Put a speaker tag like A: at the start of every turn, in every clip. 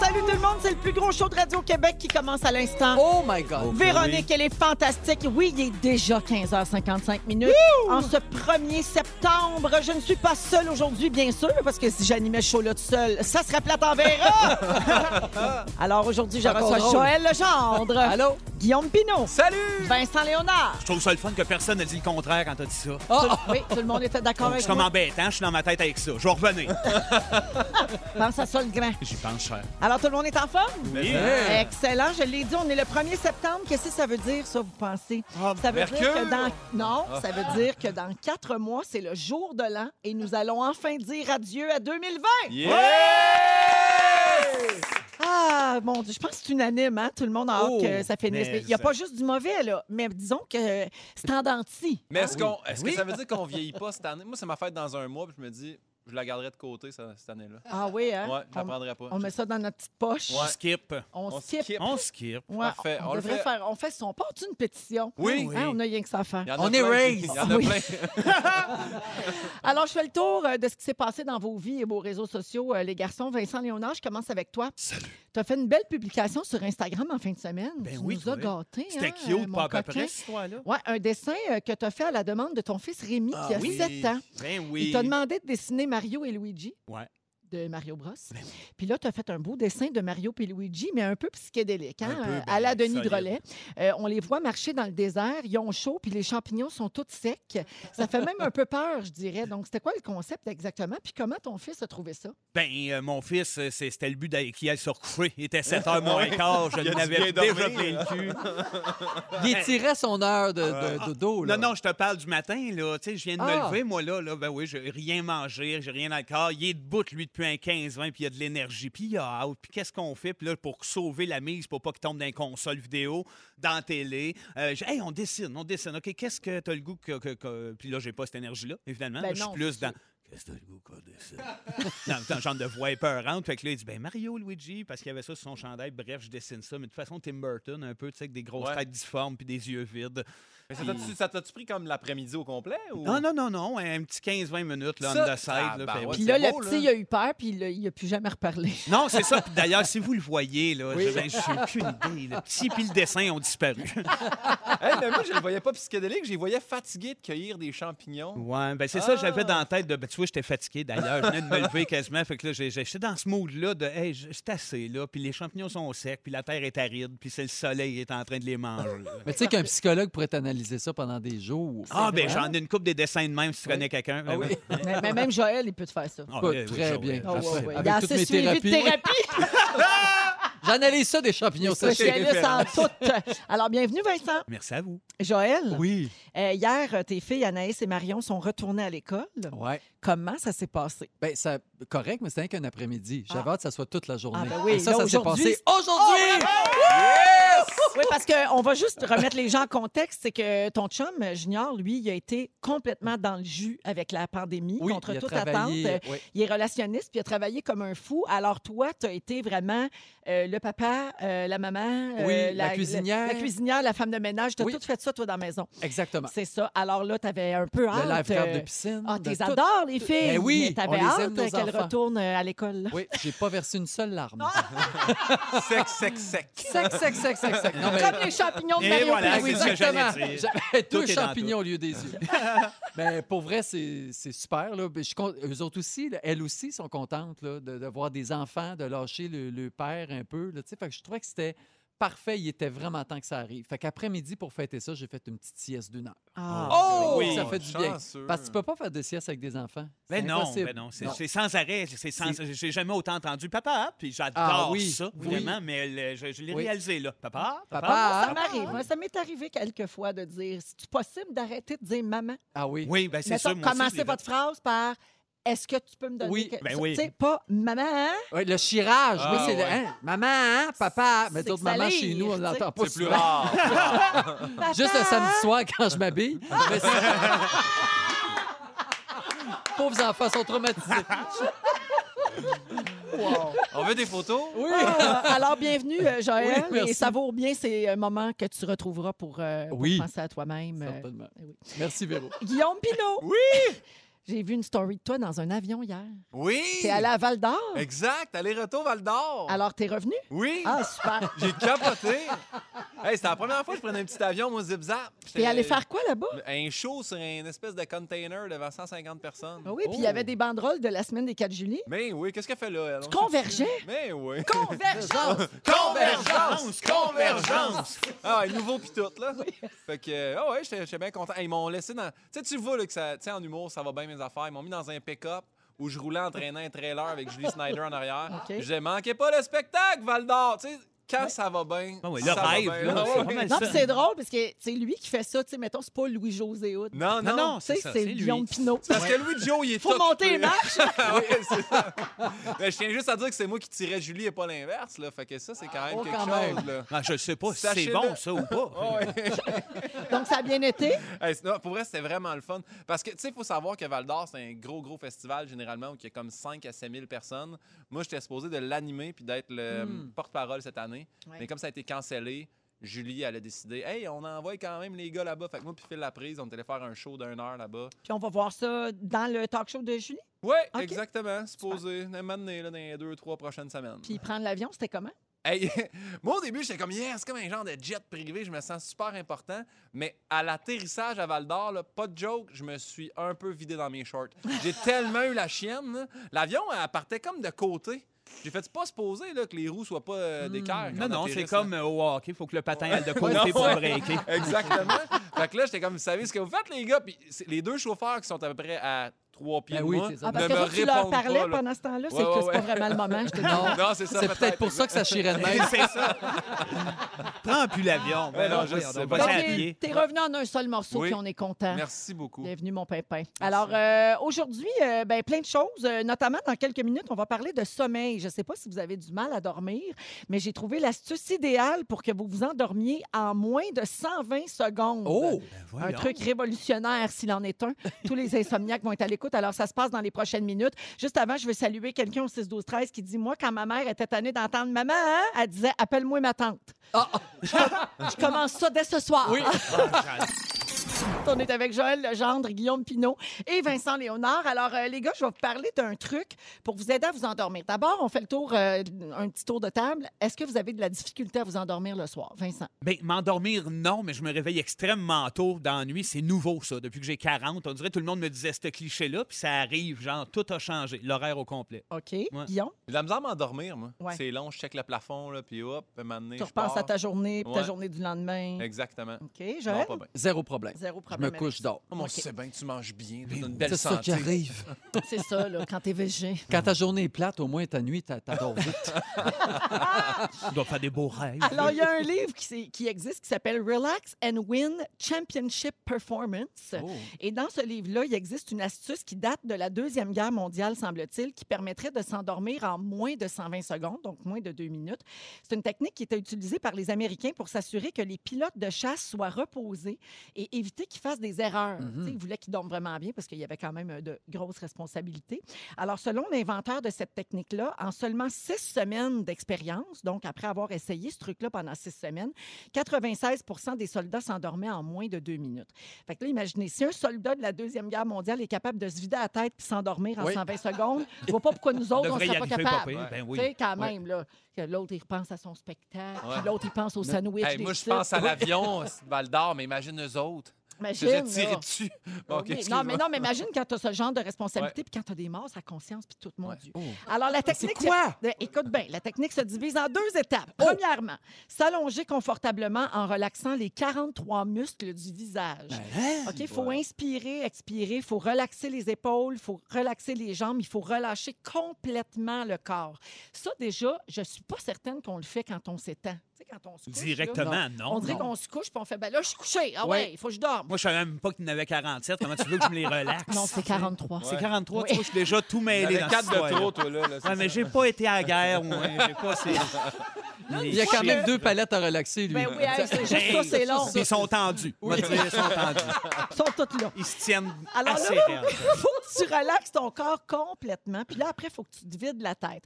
A: Salut tout le monde, c'est le plus gros show de Radio-Québec qui commence à l'instant.
B: Oh my God!
A: Véronique, elle est fantastique. Oui, il est déjà 15h55 minutes. En ce 1er septembre, je ne suis pas seule aujourd'hui, bien sûr, parce que si j'animais ce show-là tout seul, ça serait plate en verra. Alors aujourd'hui, je
B: Encore
A: reçois
B: drôle.
A: Joël Legendre.
B: Allô?
A: Guillaume Pinot.
B: Salut!
A: Vincent Léonard.
C: Je trouve ça le fun que personne n'a dit le contraire quand t'as dit ça.
B: Oh, oh,
A: Oui, tout le monde était d'accord
C: Je
A: avec
C: suis comme
A: moi.
C: embêtant, je suis dans ma tête avec ça. Je vais revenir.
A: Pense à ça, le grand.
C: J'y pense cher.
A: Alors, tout le monde est en forme?
C: Oui.
B: Hey.
A: Excellent, je l'ai dit, on est le 1er septembre. Qu'est-ce que ça veut dire, ça, vous pensez?
C: Ah,
A: ça veut dire
C: Mercure!
A: que dans... Non, ça veut dire que dans quatre mois, c'est le jour de l'an et nous allons enfin dire adieu à 2020. Ah, mon Dieu, je pense que c'est unanime, hein? Tout le monde a hâte
B: Oh,
A: que ça finisse.
C: mais
A: Mais Il n'y a
C: ça-
A: pas juste du mauvais, là. Mais disons que c'est tendance.
D: Mais est-ce, qu'on, est-ce
B: Oui.
D: que ça veut dire qu'on vieillit pas cette année? Moi, c'est ma fête dans un mois, puis je me dis, je la garderai de côté ça, cette année-là.
A: Ah oui, hein?
D: Ouais, je la
A: on,
D: prendrai pas.
A: on met ça dans notre petite poche.
C: On skip.
A: On,
D: on
A: skip.
D: skip.
C: On skip.
A: Ouais,
D: Parfait,
A: on,
D: on le
A: devrait
D: fait.
A: faire. On fait son porte une pétition.
D: Oui.
A: Hein, on a rien que ça à faire.
D: Il y en a
B: On est
D: plein.
B: raised.
D: Il y en a
A: Oui.
D: plein.
A: Alors, je fais le tour euh, de ce qui s'est passé dans vos vies et vos réseaux sociaux, euh, les garçons. Vincent Léonard, je commence avec toi.
C: Salut.
A: Tu as fait une belle publication sur Instagram en fin de semaine.
C: Ben
A: tu
C: oui,
A: nous as
C: toi.
A: gâtés.
C: C'était
A: hein, euh,
C: cute,
A: mon
C: pas à peu
A: coquin.
C: près, cette histoire-là.
A: Ouais, un dessin euh, que tu as fait à la demande de ton fils Rémi, qui a 7 ans.
C: Ah Ben oui.
A: Il t'a demandé de dessiner Mario et Luigi.
C: Ouais.
A: De Mario Bros. Puis là, tu as fait un beau dessin de Mario et Luigi, mais un peu psychédélique, hein,
C: Un peu,
A: euh,
C: ben,
A: à la Denis
C: solide.
A: Drolet. Euh, on les voit marcher dans le désert, ils ont chaud, puis les champignons sont tous secs. Ça fait même un peu peur, je dirais. Donc, c'était quoi le concept exactement? Puis comment ton fils a trouvé ça?
C: Ben, euh, mon fils, euh, c'est- c'était le but d'aller qu'il aille se recoucher. Il était 7 h moins quart. Je
D: Il a dû
C: l'avais
D: bien
C: déjà
D: dormir.
C: plein le cul.
B: il tirait son heure de,
A: Ah.
B: de, de dos, là.
C: Non, non, je te parle du matin, là. Tu sais, je viens de me
B: Ah.
C: lever, moi, là. là ben oui, j'ai rien mangé, j'ai rien dans le corps. Il est debout, lui, depuis un 15-20, puis il a de l'énergie, puis il a out. Puis qu'est-ce qu'on fait, puis là, pour sauver la mise, pour pas qu'il tombe dans une console vidéo, dans la télé? Euh, j'ai- hey, on dessine, on dessine. OK, qu'est-ce que t'as le goût que. que- que- Puis là, j'ai pas cette énergie-là, évidemment.
A: Ben
C: je suis
A: non,
C: plus
A: c'est
C: dans. Qu'est-ce que t'as le goût qu'on dessine? dans dans le genre de voix épeurante. Fait que là, il dit, ben Mario, Luigi, parce qu'il y avait ça sur son chandail. Bref, je dessine ça. Mais de toute façon, Tim Burton, un peu, tu sais, avec des grosses
D: Ouais.
C: têtes difformes puis des yeux vides.
D: Mais ça t'as-tu, ça t'as-tu pris comme l'après-midi au complet? Ou...
C: Non, non, non, non. Un petit 15-20 minutes, là, on
D: Ça,
C: the side. là,
D: tabarouette.
C: fait-
A: Puis
D: c'est
A: là,
D: beau,
A: le
D: là.
A: petit, il a eu peur, puis il a- il n'a plus jamais reparlé.
C: Non, c'est ça. Puis D'ailleurs, si vous le voyez, là, je ben, j'ai aucune idée. Le petit puis le dessin ont disparu.
D: Hey, mais moi, je le voyais pas psychédélique, je les voyais fatigués de cueillir des champignons.
C: Ouais, ben c'est ça, j'avais dans la tête de. Ben, tu vois, j'étais fatigué d'ailleurs. Je venais de me lever quasiment. Fait que là, j'ai- j'ai- j'étais dans ce mood-là de. Hey, j- c'est assez, là. Puis les champignons sont secs, puis la terre est aride, puis c'est le soleil qui est en train de les manger. là.
B: Mais tu sais qu'un psychologue pourrait analyser ça pendant des jours.
C: Ah, ben j'en ai une coupe des dessins de même si tu
B: Oui.
C: connais quelqu'un. Ben
B: oui.
C: oui.
A: mais, mais même Joël, il peut te faire ça.
C: Ah,
B: Pas
C: ben, oui,
B: très
C: ça,
B: bien.
C: oui,
A: Ah ouais,
C: ça,
A: ouais.
C: c'est-
A: Il a
B: Avec toutes
A: assez
B: mes
A: suivi de
B: thérapies,
A: thérapie.
B: J'analyse ça des champignons séchés.
A: Spécialiste en tout. Alors, bienvenue, Vincent.
C: Merci à vous.
A: Joël,
B: Oui.
A: euh, hier, euh, tes filles Anaïs et Marion sont retournées à l'école.
B: Ouais.
A: Comment ça s'est passé?
B: Ben, ça, correct, mais c'était qu'un après-midi. J'avais hâte que ça soit toute la journée.
A: Ah, ben oui,
B: Et ça,
A: là,
B: ça s'est
A: aujourd'hui,
B: passé
A: c'est- Oh,
B: aujourd'hui!
A: Oui, parce qu'on va juste remettre les gens en contexte. C'est que ton chum, euh, Junior, lui, il a été complètement dans le jus avec la pandémie,
B: oui,
A: contre
B: il a
A: toute
B: travaillé. euh,
A: attente.
B: oui.
A: Il est relationniste, puis il a travaillé comme un fou. Alors, toi, tu as été vraiment euh, le papa, euh, la maman, euh,
B: Oui, la cuisinière.
A: La, cuisinière, la femme de ménage. Tu as
B: Oui.
A: tout fait ça, toi, dans la maison.
B: Exactement.
A: C'est ça. Alors là, tu avais un peu
B: Le
A: hâte.
B: live card de
A: euh,
B: piscine.
A: Ah,
B: de
A: t'es
B: Ben, tout.
A: adores, les filles.
B: Ben oui,
A: Mais t'avais
B: on les
A: hâte
B: aime, nos
A: qu'elles
B: enfants.
A: retournent euh, à l'école. là.
B: Oui, j'ai pas versé une seule larme.
D: Sec, sec, sec.
B: Sec, sec, sec, sec, sec. Non, mais-
A: Comme les champignons de
C: Et
A: Mario
C: voilà,
B: Ah
A: Pelé.
B: oui,
C: c'est ce que
B: exactement.
C: j'allais dire.
B: J'avais
C: Tout
B: deux
C: est dans
B: champignons au lieu des yeux. Mais pour vrai, c'est c'est super. Là. Ben, Je, suis con- eux autres aussi, là, elles aussi sont contentes là, de, de voir des enfants, de lâcher le, le père un peu. là, tu sais. fait que je trouvais que c'était Parfait, il était vraiment temps que ça arrive. Fait qu'après-midi, pour fêter ça, j'ai fait une petite sieste d'une heure.
A: Ah.
C: Oh!
B: Donc,
C: oui,
B: ça fait du bien.
D: chanceux.
B: Parce que tu peux pas faire de sieste avec des enfants.
C: Mais
B: C'est
C: Ben non,
B: impossible.
C: mais non, c'est
B: Non.
C: c'est sans arrêt. c'est sans- J'ai jamais autant entendu papa, puis j'adore
B: Ah oui,
C: ça,
B: oui.
C: vraiment, mais le- je, je l'ai
B: Oui.
C: réalisé, là. Papa, papa.
B: Papa.
A: Ça m'arrive. Moi, ça m'est arrivé quelquefois de dire c'est possible d'arrêter de dire maman.
B: Ah oui.
C: Oui, ben c'est
A: Mettons,
C: ça. moi aussi, je
A: commencez
C: l'ai
A: votre phrase par est-ce que tu peux me donner
B: Oui,
A: quelque
C: ben oui.
A: Tu sais, pas maman, hein?
B: Ouais, le chirage,
D: Ah,
B: oui, c'est le-
D: ouais.
B: hein, maman, hein, papa. Mais
A: C'est
B: d'autres
A: que ça
B: mamans chez
A: lire,
B: nous, on
A: tu sais.
B: l'entend pas.
D: C'est plus
B: souvent.
D: rare. plus rare.
A: Papa,
B: Juste le samedi
A: hein?
B: soir quand je m'habille. Mais c'est- Pauvres enfants sont traumatisés.
D: On veut des photos?
B: Oui.
A: Ah, alors, bienvenue, euh,
B: Oui,
A: Joël.
B: merci.
A: et ça vaut bien ces euh, moments que tu retrouveras pour, euh, pour
B: Oui.
A: penser à toi-même. euh,
B: Certainement.
A: eh oui.
B: Merci, Véro.
A: Guillaume Pinot. Oui! J'ai vu une story de toi dans un avion hier.
D: Oui!
A: T'es allé à Val d'Or.
D: Exact, aller-retour Val d'Or.
A: Alors, t'es revenu?
D: Oui,
A: Ah, super.
D: j'ai capoté. hey, c'était la première fois que je prenais un petit avion, moi, zip-zap.
A: T'es allé faire quoi là-bas?
D: Un show sur une espèce de container devant 150 personnes.
A: Ah oui, puis il y avait des banderoles de la semaine des 4 juillet.
D: Mais oui, qu'est-ce qu'elle fait là? elle? On sait-
A: Convergeait.
D: Mais oui.
A: Convergence!
D: Convergence! Convergence! Ah ouais, nouveau pis tout, là. Fait que, euh, ah ouais, j'étais j'étais bien content. Hey, Ils m'ont laissé dans. Tu sais, tu vois, là, que ça. Tu sais, en humour, ça va bien mes affaires. Ils m'ont mis dans un pick-up où je roulais en traînant un trailer avec Julie Snyder en arrière.
A: OK.
D: J'ai manqué pas le spectacle, Val d'Or! Tu sais, quand ça va bien.
C: Ah ouais, le
D: ça va
C: rêve,
D: bien.
C: là,
D: Ah
C: c'est
D: ouais.
C: pas mal
A: Non,
C: ça.
A: puis c'est drôle parce que c'est lui qui fait ça. Tu sais, mettons, c'est pas Louis-José Hood.
D: Non,
C: Non,
D: non.
C: non,
A: Tu
C: c'est
A: sais,
C: ça.
A: c'est
C: lui.
A: Guillaume Pinot.
D: Parce que lui, Joe, il est
A: Faut
D: tout
A: monter les
D: occupé.
A: marches.
D: Ah ouais, c'est ça. Mais je tiens juste à dire que c'est moi qui tirais Julie et pas l'inverse, là. Fait que ça, c'est quand même
B: oh,
D: quelque
B: quand
D: chose,
B: même.
D: là.
C: Ah, je sais pas si c'est
D: Sachez-le.
C: bon, ça, ou pas.
D: Ah ouais.
A: Donc, ça a bien été.
D: Hey, c'est- non, pour vrai, c'était vraiment le fun. Parce que, tu sais, il faut savoir que Val d'Or, c'est un gros, gros festival, généralement, où il y a comme 5 à 7 000 personnes. Moi, j'étais supposé de l'animer puis d'être le
B: Hmm.
D: euh, porte-parole cette année.
A: Ouais.
D: Mais comme ça a été cancellé, Julie, elle a décidé, hey, on envoie quand même les gars là-bas. Fait que moi, puis Phil Laprise, on était allé faire un show d'une heure là-bas.
A: Puis on va voir ça dans le talk show de Julie.
D: Ouais,
A: Ok.
D: exactement, supposé. Un moment donné, là, dans les deux, trois prochaines semaines.
A: Puis prendre l'avion, c'était comment?
D: Hey, moi, au début, j'étais comme, yeah, c'est comme un genre de jet privé, je me sens super important. Mais à l'atterrissage à Val d'Or, là, pas de joke, je me suis un peu vidé dans mes shorts. J'ai tellement eu la chienne. là. L'avion, elle partait comme de côté. J'ai fait, c'est pas supposé là, que les roues soient pas euh, d'équerre.
C: Non,
D: quand on
C: non, c'est
D: atterrisse,
C: comme euh, au hockey, faut que le patin aille de côté
D: Non,
C: pour
D: ouais.
C: breaker.
D: là. Exactement. fait que là, j'étais comme, vous savez ce que vous faites, les gars? Puis c'est- les deux chauffeurs qui sont à peu près à trois pieds
B: Ben
D: de
B: oui,
D: moi
B: c'est ça.
A: Ah, parce
D: ne me
A: que toi, tu leur
D: répondent pas.
A: parlais
D: là.
A: pendant ce temps-là. c'est
D: Ouais,
A: que
D: ouais,
A: c'est pas
D: ouais.
A: vraiment le moment, je te dis.
D: Non, c'est ça.
B: C'est peut-être pour ça que ça chirait de même.
C: Ben, c'est ça. Prends plus l'avion.
D: Ouais, non,
C: Ben,
D: je
C: voyons,
D: sais
C: on
D: pas.
C: va
A: Donc,
C: à
A: t'es-
C: pied.
A: t'es revenu en un seul morceau,
D: Oui.
A: puis on est content.
D: Merci beaucoup.
A: Bienvenue, mon pimpin. Alors, euh, aujourd'hui, euh, ben, plein de choses, euh, notamment dans quelques minutes, on va parler de sommeil. Je ne sais pas si vous avez du mal à dormir, mais j'ai trouvé l'astuce idéale pour que vous vous endormiez en moins de 120 secondes.
B: Oh!
C: Ben,
A: Un
C: voyons.
A: truc révolutionnaire, s'il en est un. Tous les insomniaques vont être à l'écoute. Alors, ça se passe dans les prochaines minutes. Juste avant, je veux saluer quelqu'un au 6-12-13 qui dit Moi, quand ma mère était tannée d'entendre maman, hein, elle disait Appelle-moi ma tante.
B: Ah,
A: Je commence ça dès ce soir.
B: Oui.
C: Ah,
A: On est avec Joël Legendre, Guillaume Pinault et Vincent Léonard. Alors, euh, les gars, je vais vous parler d'un truc pour vous aider à vous endormir. D'abord, on fait le tour, euh, un petit tour de table. Est-ce que vous avez de la difficulté à vous endormir le soir, Vincent?
C: Ben, m'endormir, non, mais je me réveille extrêmement tôt dans la nuit. C'est nouveau, ça. Depuis que j'ai 40, on dirait que tout le monde me disait ce cliché-là, puis ça arrive, genre, tout a changé, l'horaire au complet.
A: OK. Guillaume,
D: J'ai de la misère à m'endormir, moi.
A: Ouais.
D: C'est long, je check le plafond, là, puis hop, un moment donné,
A: tu
D: je
A: repenses
D: pars.
A: à ta journée, puis ta
D: Ouais.
A: journée du lendemain.
D: Exactement.
A: OK,
D: Non,
A: Joël?
D: pas bien.
B: Zéro problème.
A: Zéro
B: Je me
A: problème.
B: couche d'or.
D: Ah, mais On
A: Ok.
D: sait bien que tu manges bien, tu as une
B: C'est
D: belle
B: ça qui
D: santé.
B: arrive.
A: C'est ça, là, quand t'es végé.
B: Quand ta journée est plate, au moins ta nuit, t'a- t'adores vite.
C: Tu dois faire des beaux rêves.
A: Alors, il y a un livre qui, s'est- qui existe qui s'appelle Relax and Win Championship Performance. Et dans ce livre-là, il existe une astuce qui date de la Deuxième Guerre mondiale, semble-t-il, qui permettrait de s'endormir en moins de 120 secondes, donc moins de deux minutes. C'est une technique qui était utilisée par les Américains pour s'assurer que les pilotes de chasse soient reposés et éviter qu'ils fassent des erreurs.
B: Mhm.
A: Tu sais, Ils voulaient qu'ils dorment vraiment bien parce qu'il y avait quand même euh, de grosses responsabilités. Alors, selon l'inventeur de cette technique-là, en seulement six semaines d'expérience, donc après avoir essayé ce truc-là pendant six semaines, 96 des soldats s'endormaient en moins de deux minutes. Fait que là, imaginez, si un soldat de la Deuxième Guerre mondiale est capable de se vider la tête puis s'endormir en
B: Oui.
A: 120 secondes, je vois pas pourquoi nous
C: on
A: autres, on
C: devrait y
A: serait pas
C: arriver,
A: capables.
C: papa. Ben
A: Tu
C: oui.
A: sais, quand
B: Ouais.
A: même, là, que l'autre, il repense à son spectacle, puis
D: Ouais.
A: l'autre, il pense au
B: Mais-
A: sandwich.
D: Hey,
A: des
D: moi, je
A: types.
D: pense à l'avion, Val d'Or, mais imagine eux autres. Je
A: Imagine,
D: vais tirer
A: là.
D: dessus.
A: Ah
D: Bon,
A: oui.
D: ok,
A: non,
D: excuse-moi.
A: mais non, mais imagine quand tu as ce genre de responsabilité
D: Ouais.
A: puis quand tu as des morts, à conscience puis tout, mon
D: Ouais.
A: Dieu.
D: Oh.
A: Alors, la
B: c'est
A: technique.
B: quoi?
A: Euh, Écoute bien, la technique se divise en deux étapes. Premièrement, s'allonger confortablement en relaxant les 43 muscles du visage. OK, il faut inspirer, expirer, il faut relaxer les épaules, il faut relaxer les jambes, il faut relâcher complètement le corps. Ça, déjà, je suis pas certaine qu'on le fait quand on s'étend. Tu sais, quand on se couche. là,
C: Directement, non.
A: on dirait
C: non.
A: qu'on se couche puis on fait, ben là, je suis couché. Ah ouais, il
B: Ouais.
A: faut que je dorme.
C: Moi, je savais même pas qu'il y en avait 47. Comment tu veux que je me les relaxe?
A: Non, c'est 43.
C: C'est 43, tu
A: Oui.
C: vois, je suis déjà tout
D: Il
C: mêlé
D: y
C: dans
D: en
C: cette
D: a quatre de
C: histoire-là.
D: trop, toi, là. là, c'est
C: Ouais, mais
D: ça.
C: j'ai pas été à la guerre, moi. hein. J'ai pas ces...
B: Il y a quand même deux palettes à relaxer, lui.
A: Ben oui, hey, c'est juste ça,
C: Hey,
A: c'est long.
C: Ils sont tendus. On va te dire, Ils sont tendus.
A: Ils sont tous là.
C: Ils se tiennent
A: Alors
C: assez
A: là,
C: raide.
A: faut que tu relaxes ton corps complètement. Puis là, après, il faut que tu te vides la tête.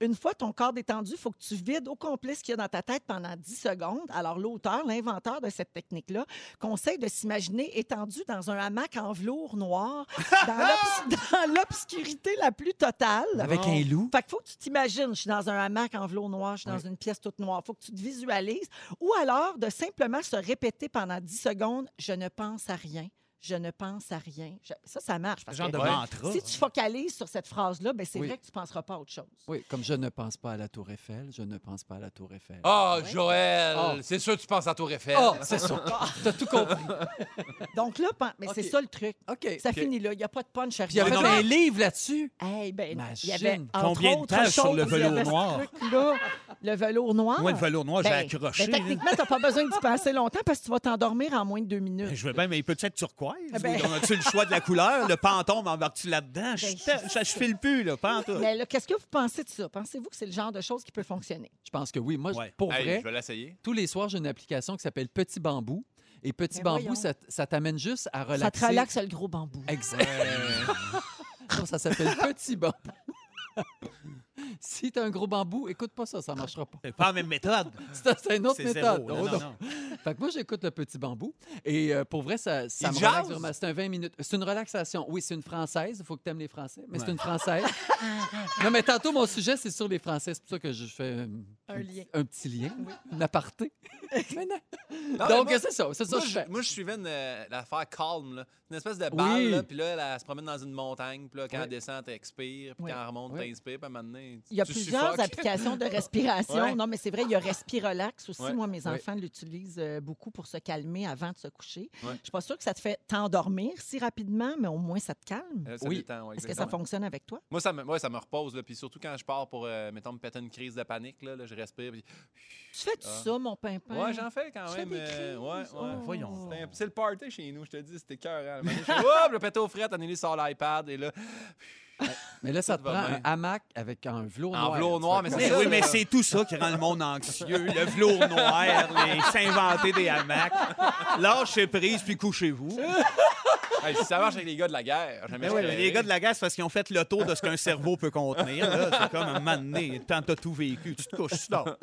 A: Une fois ton corps détendu, il faut que tu vides au complet ce qu'il y a dans ta tête pendant 10 secondes. Alors, l'auteur, l'inventeur de cette technique-là, conseille de s'imaginer étendu dans un hamac en velours noir, dans l'obs- dans l'obscurité la plus totale.
B: Avec un loup.
A: Fait qu'il faut que tu t'imagines, je suis dans un hamac en velours noir, je suis dans une pièce toute noire. Faut que tu te visualises. Ou alors de simplement se répéter pendant 10 secondes, je ne pense à rien, je ne pense à rien. Je- Ça, ça marche.
C: Ce
A: Parce
C: genre
A: que
C: de
D: Ouais.
C: mantra. hein.
A: si tu focalises sur cette phrase-là, ben c'est
B: Oui.
A: vrai que tu ne penseras pas à autre chose.
B: Oui, comme je ne pense pas à la Tour Eiffel, je ne pense pas à la Tour Eiffel.
D: Ah,
A: Ouais. Ah,
D: Joël!
B: Oh.
D: C'est sûr que tu penses à Tour Eiffel.
B: Oh, c'est ça. T'as tout compris.
A: Donc là, pen- mais
B: Ok.
A: c'est ça le truc.
B: OK.
A: Ça finit là. Il n'y a pas de punch à
B: Puis il y
A: rien.
B: avait
D: Non,
B: un livre là-dessus.
A: Hey, ben, il y
B: Imagine.
A: avait entre
C: Combien de
A: autres
C: pages sur le
A: choses, il y
C: velours
A: avait ce
C: noir?
A: truc-là, le velours noir.
C: Moi, le velours noir,
A: Ben,
C: j'ai
A: ben,
C: accroché. là.
A: techniquement, tu n'as pas besoin d'y passer longtemps parce que tu vas t'endormir en moins de deux minutes.
C: Ben, Je veux bien, mais il peut être turquoise.
A: Ah ben.
C: oui. On a-tu le choix de la couleur? Le panton m'embarque-tu là-dedans? Je,
A: Ben,
C: te- je, je file plus, là, panton.
A: Mais là, qu'est-ce que vous pensez de ça? Pensez-vous que c'est le genre de chose qui peut fonctionner?
B: Je pense que oui. Moi, je-
C: Ouais.
B: pour
D: Hey,
B: vrai,
D: je vais l'essayer.
B: tous les soirs, j'ai une application qui s'appelle Petit Bambou. Et Petit
A: Ben voyons.
B: Bambou, ça, ça t'amène juste à relaxer.
A: Ça te relaxe le gros bambou.
B: Exact. Non, ça s'appelle Petit Bambou. si t'as un gros bambou, écoute pas ça, ça marchera pas.
C: C'est Euh, pas la même méthode.
B: C'est c'est une autre
C: C'est
B: méthode.
C: zéro. Non,
B: Oh,
C: non,
B: non.
C: non.
B: Fait que moi, j'écoute le petit bambou. Et euh, pour vrai, ça, ça
D: Il
B: me
D: jase?
B: relaxe vraiment. C'est un 20 minutes. C'est une relaxation. Oui, c'est une française. Il faut que tu aimes les Français. Mais c'est
C: Ouais.
B: une française. non, mais tantôt, mon sujet, c'est sur les Français. C'est pour ça que je fais euh,
A: Un lien.
B: un petit lien, un aparté. Mais non.
D: Non,
B: Donc,
D: mais moi-
B: c'est ça. C'est ça
D: Moi
B: que je
D: je,
B: fais.
D: moi, je suivais une, euh, l'affaire Calm, là. une espèce de
B: Oui.
D: balle, là, puis là, elle, elle se promène dans une montagne, puis là, quand
B: Oui.
D: elle descend, t'expires, puis
B: Oui.
D: quand elle remonte,
B: Oui.
D: t'inspires, puis à un moment donné,
A: Il y a
D: tu
A: plusieurs
D: suffoques.
A: applications de respiration.
D: Ouais.
A: Non, mais c'est vrai, il y a Respirolax aussi.
D: Ouais.
A: Moi, mes
B: Ouais.
A: enfants l'utilisent euh, beaucoup pour se calmer avant de se coucher.
D: Ouais.
A: Je suis pas sûre que ça te fait t'endormir si rapidement, mais au moins ça te calme.
D: Euh, ça
B: Oui.
D: détend, ouais,
A: Est-ce que ça
D: exactement.
A: fonctionne avec toi?
D: Moi, ça me, ouais, ça me repose, là, puis surtout quand je pars pour, euh, mettons, me péter une crise de panique, là, là, je respire, puis...
A: Tu fais tout
D: Ah.
A: ça, mon pimpin?
D: Ouais, j'en fais quand
A: Tu fais
D: même.
A: des
D: euh, ouais,
A: crises?
D: ouais.
A: Oh.
C: Ben, Voyons
D: C'était un- C'est le party chez nous, je te dis, c'était cœur. Hein. Le matin, je fais, Hop, je pète aux frettes, Anneli sort l'iPad et là,
B: Mais là, ça te
D: Tout va
B: prend
D: bien.
B: un hamac avec un velours noir.
D: en velours noir, mais
B: Tu
A: Ah.
D: c'est
B: fais
D: ça,
C: oui,
D: là.
C: mais c'est tout ça qui rend le monde anxieux. Le velours noir, les s'inventer des hamacs. Lâchez prise, puis couchez-vous.
D: Hey, si ça marche avec les gars de la guerre, jamais
C: Mais
D: je
C: Ben oui,
D: serais-
C: les gars de la gaz, c'est parce qu'ils ont fait le tour de ce qu'un cerveau peut contenir. là. C'est comme un moment donné, tant t'as tout vécu, tu te couches, tu dors.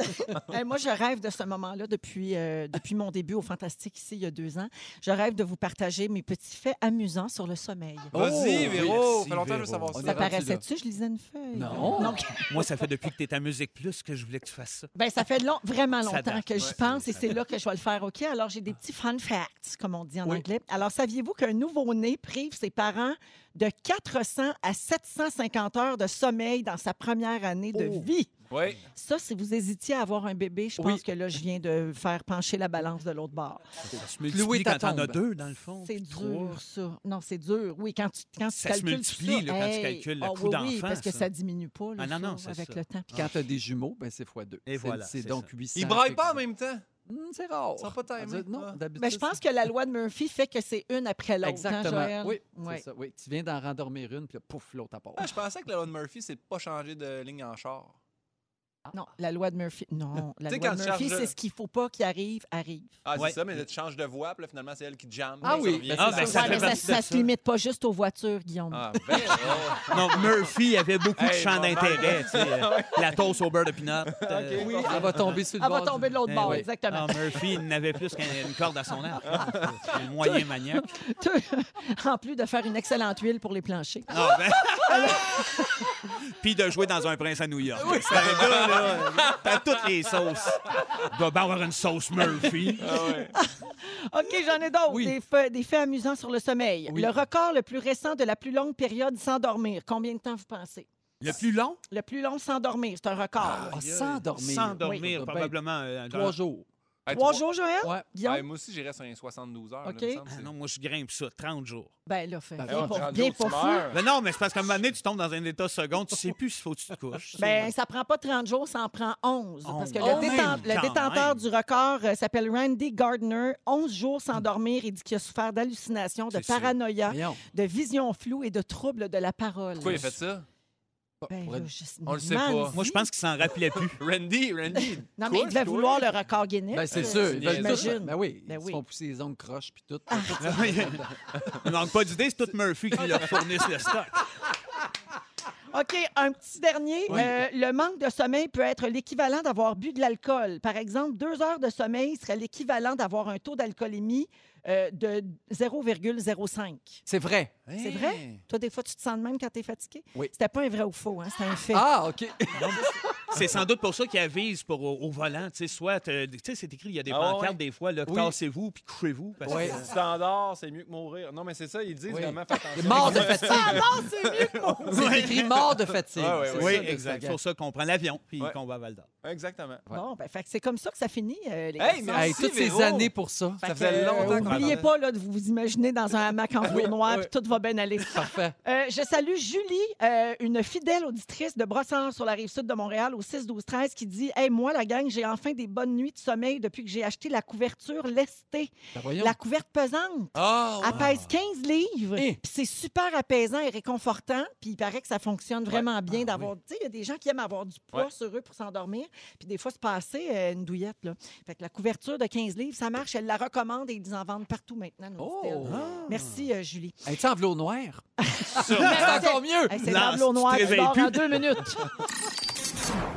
A: Hey, moi, je rêve de ce moment-là depuis, euh, depuis mon début au Fantastique ici, il y a deux ans. Je rêve de vous partager mes petits faits amusants sur le sommeil.
D: Vas-y, Véro,
B: Oh, merci,
D: fait longtemps que je veux
B: Véro.
D: savoir
B: On
D: ça.
A: Ça
B: est rendu là.
A: paraissait-tu? Je lisais une feuille.
B: Non.
A: Donc,
C: Moi, ça fait depuis que t'es à Musique Plus que je voulais que tu fasses ça.
A: Ben, ça fait long, vraiment
C: Ça
A: longtemps
C: date,
A: que j'y
C: ouais.
A: pense et c'est là que je vais le faire. OK, alors j'ai des petits fun facts, comme on dit en
B: Oui.
A: anglais. Alors, saviez-vous qu'un nouveau-né prive ses parents de 400 à 750 heures de sommeil dans sa première année de
B: Oh.
A: vie?
D: Oui,
A: Ça, si vous hésitiez à avoir un bébé, je pense
B: Oui.
A: que là, je viens de faire pencher la balance de l'autre bord.
C: Tu
B: Clouer
C: multiplies
B: ta
C: quand t'en as
B: tombe.
C: deux, dans le fond.
A: C'est
C: puis Oh, trois.
A: dur, ça. Non, c'est dur. Oui, quand tu, quand tu
C: Ça se
A: calcules tout
C: multiplie,
A: ça,
C: là, quand tu
A: hey,
C: calcules le
A: ah
C: coût
A: oui, oui,
C: d'enfant,
A: parce que
C: ça.
A: ça diminue pas là,
C: Ah non, non,
A: ça,
C: c'est
A: avec
C: ça.
A: le temps.
B: Puis quand t'as des jumeaux, ben c'est x2.
C: Et voilà,
B: C'est
C: c'est
B: donc
C: ça.
B: 800.
D: ils braillent pas en même temps.
B: Hmm, C'est rare.
D: Ils sont pas timés.
B: Ah, Non,
D: Ah.
B: d'habitude.
A: Ben, je pense que la loi de Murphy fait que c'est une après l'autre. hein,
B: Exactement.
A: Joël?
B: Oui,
A: Ouais.
B: c'est ça. Oui, tu viens d'en rendormir une, puis là, pouf, l'autre à part.
D: Ah, je pensais que la loi de Murphy, c'est de pas changer de ligne en char.
A: Non, la loi de Murphy. Non, la
D: Tu sais,
A: loi
D: quand
A: de
D: tu
A: Murphy,
D: charges-
A: c'est ce qu'il faut pas qui arrive, arrive.
D: Ah, c'est
C: Ouais.
D: ça, mais là, tu changes de voix, puis là, finalement, c'est elle qui jamme.
B: Ah
D: puis
B: oui,
D: ça revient.
B: ben, Ah,
C: ben, ça
A: Ouais,
C: fait
A: mais ça,
C: partie de
A: ça se
C: ça.
A: limite pas juste aux voitures, Guillaume.
D: Ah, Véro.
C: Non, Murphy avait beaucoup de
D: Hey,
C: champs
D: maman.
C: d'intérêt. tu sais, euh, la toast au beurre de pinot. euh,
B: Oui, elle va tomber sur le
A: Elle va
B: bord
A: tomber
B: du-
A: de l'autre
C: eh
A: bord,
C: oui.
A: exactement.
C: Ah, Murphy, il n'avait plus qu'une corde à son arc. C'est le moyen maniaque.
A: en plus de faire une excellente huile pour les planchers.
C: Non, ben- Puis de jouer dans un prince à New York. C'est un gars, là, là. T'as toutes les sauces. Il doit bien avoir une sauce Murphy.
A: Ah OK, j'en ai d'autres.
B: Oui.
A: Des, faits, des faits amusants sur le sommeil.
B: Oui.
A: Le record le plus récent de la plus longue période sans dormir. Combien de temps vous pensez?
C: Le plus long,
A: Le plus long sans dormir, c'est un record. là.
B: Ah, sans dormir.
C: sans dormir,
B: Oui.
C: probablement. euh, dans-
B: Trois jours.
D: Hey,
A: Trois
D: trois-
A: jours, Joël?
B: Ouais.
A: Guillaume?
D: Hey, moi aussi, j'irais sur les 72 heures. là,
A: OK.
D: il me semble, c'est-
C: Ah Non, moi, je grimpe ça, 30 jours.
A: Ben là, fait,
B: Ben,
A: Ah bien
B: non,
A: pas,
D: 30
A: bien
D: jours,
A: pas
D: tu
A: fou.
D: meurs.
C: Mais Ben non, mais c'est parce qu'à un moment donné, tu tombes dans un état second, tu sais plus s'il faut que tu te couches.
A: Ben, ça prend pas 30 jours, ça en prend 11. Parce que le,
C: Onze.
A: déten-
C: Oh Quand
A: le détenteur
C: même.
A: du record euh, s'appelle Randy Gardner. 11 jours sans dormir, il dit qu'il a souffert d'hallucinations, de
C: C'est sûr.
A: paranoïa,
B: Voyons.
A: de vision floue et de troubles de la parole.
D: Pourquoi il a fait ça?
A: Ben,
B: Pour
A: là,
B: être-
A: je-
D: on le sait
A: man,
D: pas.
C: Moi, je pense qu'il s'en rappelait plus.
D: Randy, Randy.
A: Non, mais il devait vouloir le record Guinness.
B: Ben, c'est
A: euh,
B: sûr. Ils veulent tous.
A: j'imagine.
B: Ben oui.
A: Ben oui.
B: Ils
A: Ah.
B: se font pousser les ongles croches puis tout.
C: Il manque pas d'idée, c'est toute Murphy qui leur fournisse le stock.
A: OK, un petit dernier. Euh, le manque de sommeil peut être l'équivalent d'avoir bu de l'alcool. Par exemple, deux heures de sommeil serait l'équivalent d'avoir un taux d'alcoolémie euh, de 0,05.
B: C'est vrai.
A: C'est vrai? Toi, des fois, tu te sens de même quand t'es fatigué?
B: Hein? Oui.
A: C'était pas un vrai ou faux, hein? C'était un fait.
B: Ah, OK.
C: C'est sans doute pour ça qu'ils avisent pour, au, au volant. Tu sais, soit, euh, tu sais, c'est écrit, il y a des
D: Ah
C: pancartes
D: ouais.
C: des fois, là,
B: Oui.
C: cassez-vous puis couchez-vous. Parce que-
B: Ouais.
D: Standard, c'est mieux que mourir. Non, mais c'est ça, ils disent
B: Oui.
D: vraiment, fais attention.
B: Mort de fatigue.
A: Ah, non, c'est mieux que moi.
B: C'est écrit mort de fatigue.
D: Ah, ouais,
B: C'est
C: Oui,
B: ça, le
C: exact. C'est
B: slogan.
C: pour ça qu'on prend l'avion puis
D: Ouais.
C: qu'on va à Val d'Or.
D: Exactement.
B: Ouais.
A: Bon, ben, fait que c'est comme ça que ça finit, euh, les
D: Hey,
A: garçons.
D: mais-
B: Hey,
D: Merci,
B: toutes ces
D: Véro.
B: années pour ça. Oh,
D: Ça
A: Fait
D: faisait
A: que, euh,
D: longtemps qu'on
A: N'oubliez
D: attendait.
A: pas là, de vous vous imaginer dans un hamac en velours noir,
B: oui.
A: puis tout va bien aller.
B: Parfait.
A: Euh, je salue Julie, euh, une fidèle auditrice de Brossard sur la rive sud de Montréal au 6 12 13 qui dit "Hey moi la gang, j'ai enfin des bonnes nuits de sommeil depuis que j'ai acheté la couverture lestée,
B: Ben, voyons.
A: la couverte pesante.
D: Ah,
A: Elle pèse 15 livres.
B: Eh.
A: Puis c'est super apaisant et réconfortant, puis il paraît que ça fonctionne vraiment bien
B: Ah,
A: d'avoir, tu sais, il y a des gens qui aiment avoir du poids
D: Ouais.
A: sur eux pour s'endormir, puis des fois se passer euh, une douillette là. Fait que la couverture de 15 livres, ça marche, elle la recommande et ils en vendent partout maintenant. nous
B: Oh!
A: dit-elle. Merci euh, Julie.
B: Hey, tu sais, en velours noir?
C: Ça,
B: C'est encore mieux!
A: Hey, Ah, c'est
C: Non, si
A: tableau
C: tu
A: noir, tu
C: t'éveilles
A: dors
C: plus.
A: en deux minutes.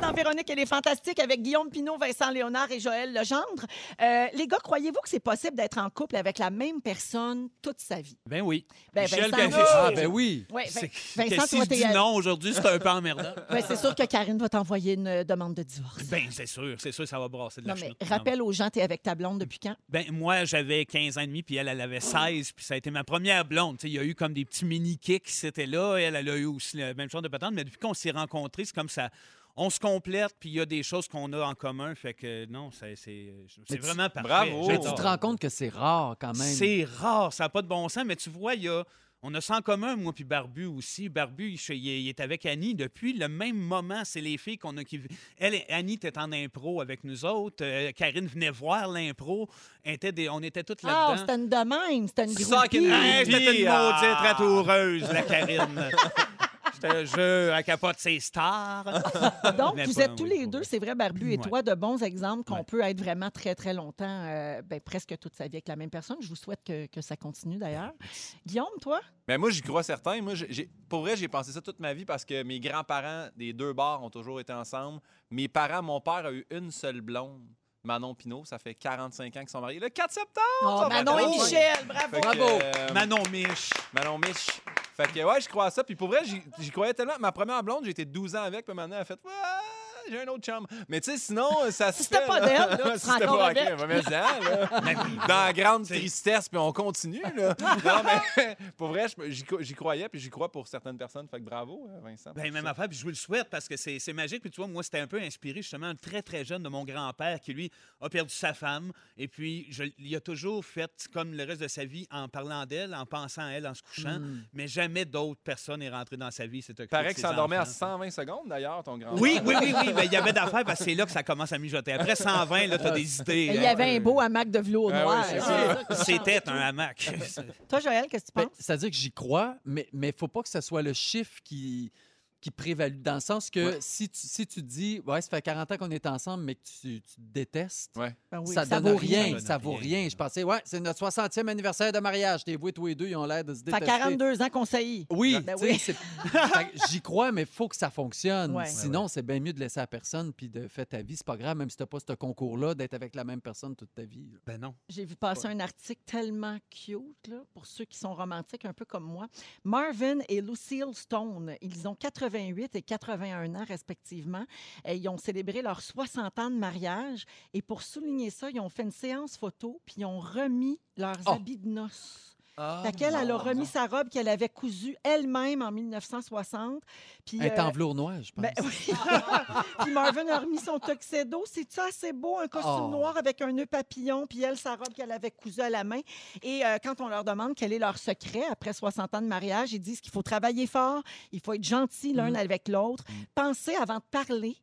A: Dans Véronique, elle est fantastique avec Guillaume Pinot, Vincent Léonard et Joël Legendre. Euh, les gars, croyez-vous que c'est possible d'être en couple avec la même personne toute sa vie?
C: Ben oui.
A: Ben,
C: Michel
A: Vincent,
C: Café.
B: Ah, ben oui!
A: Ouais, Vin-
C: C'est- que
A: Vincent,
C: si
A: toi,
C: je dis
A: t'es...
C: non aujourd'hui, c'est un peu emmerdant.
A: Ben, c'est sûr que Karine va t'envoyer une euh, demande de divorce.
C: Ben, c'est sûr, c'est sûr, ça va brasser de la
A: Non, mais
C: chenoute.
A: rappelle aux gens, t'es avec ta blonde depuis quand?
C: Ben, moi, j'avais 15 ans et demi, puis elle, elle avait 16, puis ça a été ma première blonde. Tu sais, il y a eu comme des petits mini-kicks, c'était là. Elle, elle a eu aussi le même genre de patente, mais depuis qu'on s'est rencontrés, c'est comme ça. On se complète, puis il y a des choses qu'on a en commun. Fait que non, c'est c'est- c'est
B: Mais tu-
C: vraiment parfait.
D: Bravo!
B: Mais
D: Oh.
B: tu te rends compte que c'est rare quand même.
C: C'est rare, ça n'a pas de bon sens, mais tu vois, il y a. On a ça en commun, moi puis Barbu aussi. Barbu, il, il est- il est avec Annie depuis le même moment. C'est les filles qu'on a qui. Elle, et- Annie était en impro avec nous autres. euh, Karine venait voir l'impro. Elle était des- On était toutes
A: Ah,
C: là-dedans.
A: c'était une de même, c'était une
D: Sucking
A: groupie.
D: dick.
C: Hey, C'était une
D: Ah!
C: maudite ratoureuse, la Karine. C'était un jeu à capote, c'est star.
A: Donc,
C: Mais
A: vous
C: pas-
A: êtes tous
C: oui,
A: les
C: pas-
A: deux, c'est vrai, Barbu et
C: Ouais.
A: toi, de bons exemples qu'on
C: Ouais.
A: peut être vraiment très, très longtemps, euh, ben, presque toute sa vie avec la même personne. Je vous souhaite que, que ça continue d'ailleurs. Guillaume, toi?
D: Mais moi, j'y crois certain. Moi, j'ai- j'ai- pour vrai, j'ai pensé ça toute ma vie parce que mes grands-parents des deux bars ont toujours été ensemble. Mes parents, mon père a eu une seule blonde, Manon Pinot. Ça fait 45 ans qu'ils sont mariés. Le 4 septembre!
A: Oh,
D: ça va
A: Manon
D: bien.
A: et Michel,
D: Fait
A: bravo!
D: que,
B: Bravo.
D: euh,
C: Manon Mich.
D: Manon Mich. Fait que, ouais, je crois à ça. Puis pour vrai, j'y j'y croyais tellement. Ma première blonde, j'ai été 12 ans avec. Puis maintenant, elle a fait. Ah, J'ai un autre chum. Mais tu sais, sinon, ça se
A: c'était
D: fait,
A: pas
D: là.
A: d'elle, là, tu
D: Si
A: seras
D: c'était
A: encore
D: pas-
A: avec.
D: ok, ben, mais ça, là. Dans la grande tristesse, puis on continue, là. Non, mais pour vrai, je- j'y cro- j'y croyais, puis j'y crois pour certaines personnes. Fait que bravo, euh, Vincent.
C: Ben, même affaire, puis je vous le souhaite parce que c'est c'est magique. Puis tu vois, moi, c'était un peu inspiré justement très, très jeune de mon grand-père qui, lui, a perdu sa femme. Et puis, je- il a toujours fait comme le reste de sa vie en parlant d'elle, en pensant à elle, en se couchant.
A: Hmm.
C: Mais jamais d'autre personne est rentrée dans sa vie. C'est occupé de
D: Paraît
C: ses
D: que ça dormait à
C: enfants. hein.
D: 120 secondes, d'ailleurs, ton grand
C: Oui, oui, oui, oui. Ben, il y avait d'affaires parce que c'est là que ça commence à mijoter. Après 120, là, t'as des idées. hein.
A: Il y
C: là.
A: avait un beau hamac de velours
D: Ah oui,
A: noir.
D: c'est
C: C'était un hamac.
A: Toi, Joël, qu'est-ce que tu
B: Ben,
A: penses?
B: C'est-à-dire que j'y crois, mais il ne faut pas que ce soit le chiffre qui, qui prévalue. Dans le sens que si, tu, si tu dis, ouais, ça fait 40 ans qu'on est ensemble, mais que tu, tu te détestes,
A: Ben oui,
B: ça ne
A: vaut
B: donne rien.
C: rien.
B: Ça vaut
C: Ça donne
B: rien. Je pensais, ouais, c'est notre 60e anniversaire de mariage. T'es voués tous les deux, ils ont l'air de se
A: Ça
B: détester.
A: fait 42 ans qu'on saillit.
B: Oui,
A: Ben
B: tu sais,
A: oui.
B: c'est- fait que j'y crois, mais il faut que ça fonctionne.
A: Ouais.
B: Sinon, c'est bien mieux de laisser la personne puis de faire ta vie. C'est pas grave, même si t'as pas ce concours-là, d'être avec la même personne toute ta vie. là.
C: Ben non.
A: J'ai vu passer un article tellement cute, là, pour ceux qui sont romantiques, un peu comme moi. Marvin et Lucille Stone, ils ont 80 88 et 81 ans respectivement. Euh, Ils ont célébré leurs 60 ans de mariage et pour souligner ça, ils ont fait une séance photo puis ils ont remis leurs
B: Oh!
A: habits de noces. Laquelle elle a
D: mon
A: remis sa robe qu'elle avait cousue elle-même en 1960. Puis,
B: Elle est
A: euh,
B: en velours noir, je pense.
A: ben oui. puis Marvin a remis son tuxedo. C'est-tu assez beau, un costume
B: Oh.
A: noir avec un nœud papillon, puis elle, sa robe qu'elle avait cousue à la main. Et euh, quand on leur demande quel est leur secret après 60 ans de mariage, ils disent qu'il faut travailler fort, il faut être gentil l'un
B: Mhm.
A: avec l'autre, penser avant de parler,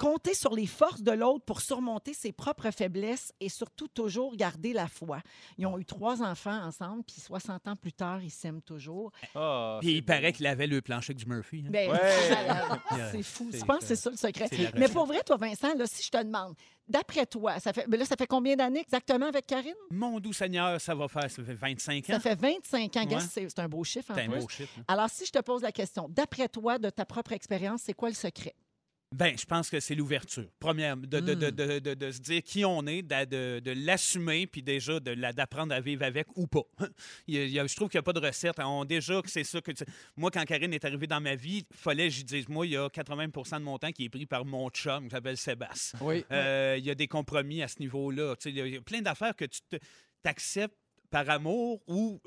A: compter sur les forces de l'autre pour surmonter ses propres faiblesses et surtout toujours garder la foi. Ils ont eu trois enfants ensemble, puis 60 ans plus tard, ils s'aiment toujours.
D: Ah,
C: Puis
D: c'est
C: il
D: beau.
C: paraît qu'il avait le plancher du Murphy. hein.
A: Ben,
D: Ouais.
A: c'est- c'est fou. Je
C: C'est-
A: pense que c'est ça le secret.
C: c'est la
A: Mais pour vrai, toi, Vincent, là, si je te demande, d'après toi, ça fait, ben là, ça fait combien d'années exactement avec Karine?
C: Mon doux Seigneur, ça va faire ça fait 25 ans.
A: Ça fait 25 ans.
C: Ouais.
A: Gars, C'est c'est un beau chiffre. En
C: C'est un
A: plus.
C: beau chiffre, hein.
A: Alors, si je te pose la question, d'après toi, de ta propre expérience, c'est quoi le secret?
C: Ben, je pense que c'est l'ouverture. Première, de, de, de,
B: Mm.
C: de, de- de se dire qui on est, d'a- de, de l'assumer, puis déjà de la- d'apprendre à vivre avec ou pas. Il y a- il y a- je trouve qu'il n'y a pas de recette. On, déjà que c'est ça que. tu- Moi, quand Karine est arrivée dans ma vie, fallait que je dise moi, il y a 80 de mon temps qui est pris par mon chum, que j'appelle Sébastien.
B: Oui.
C: Euh, il y a des compromis à ce niveau-là. Tu sais, Il y a- il y a plein d'affaires que tu te- t'acceptes par amour ou.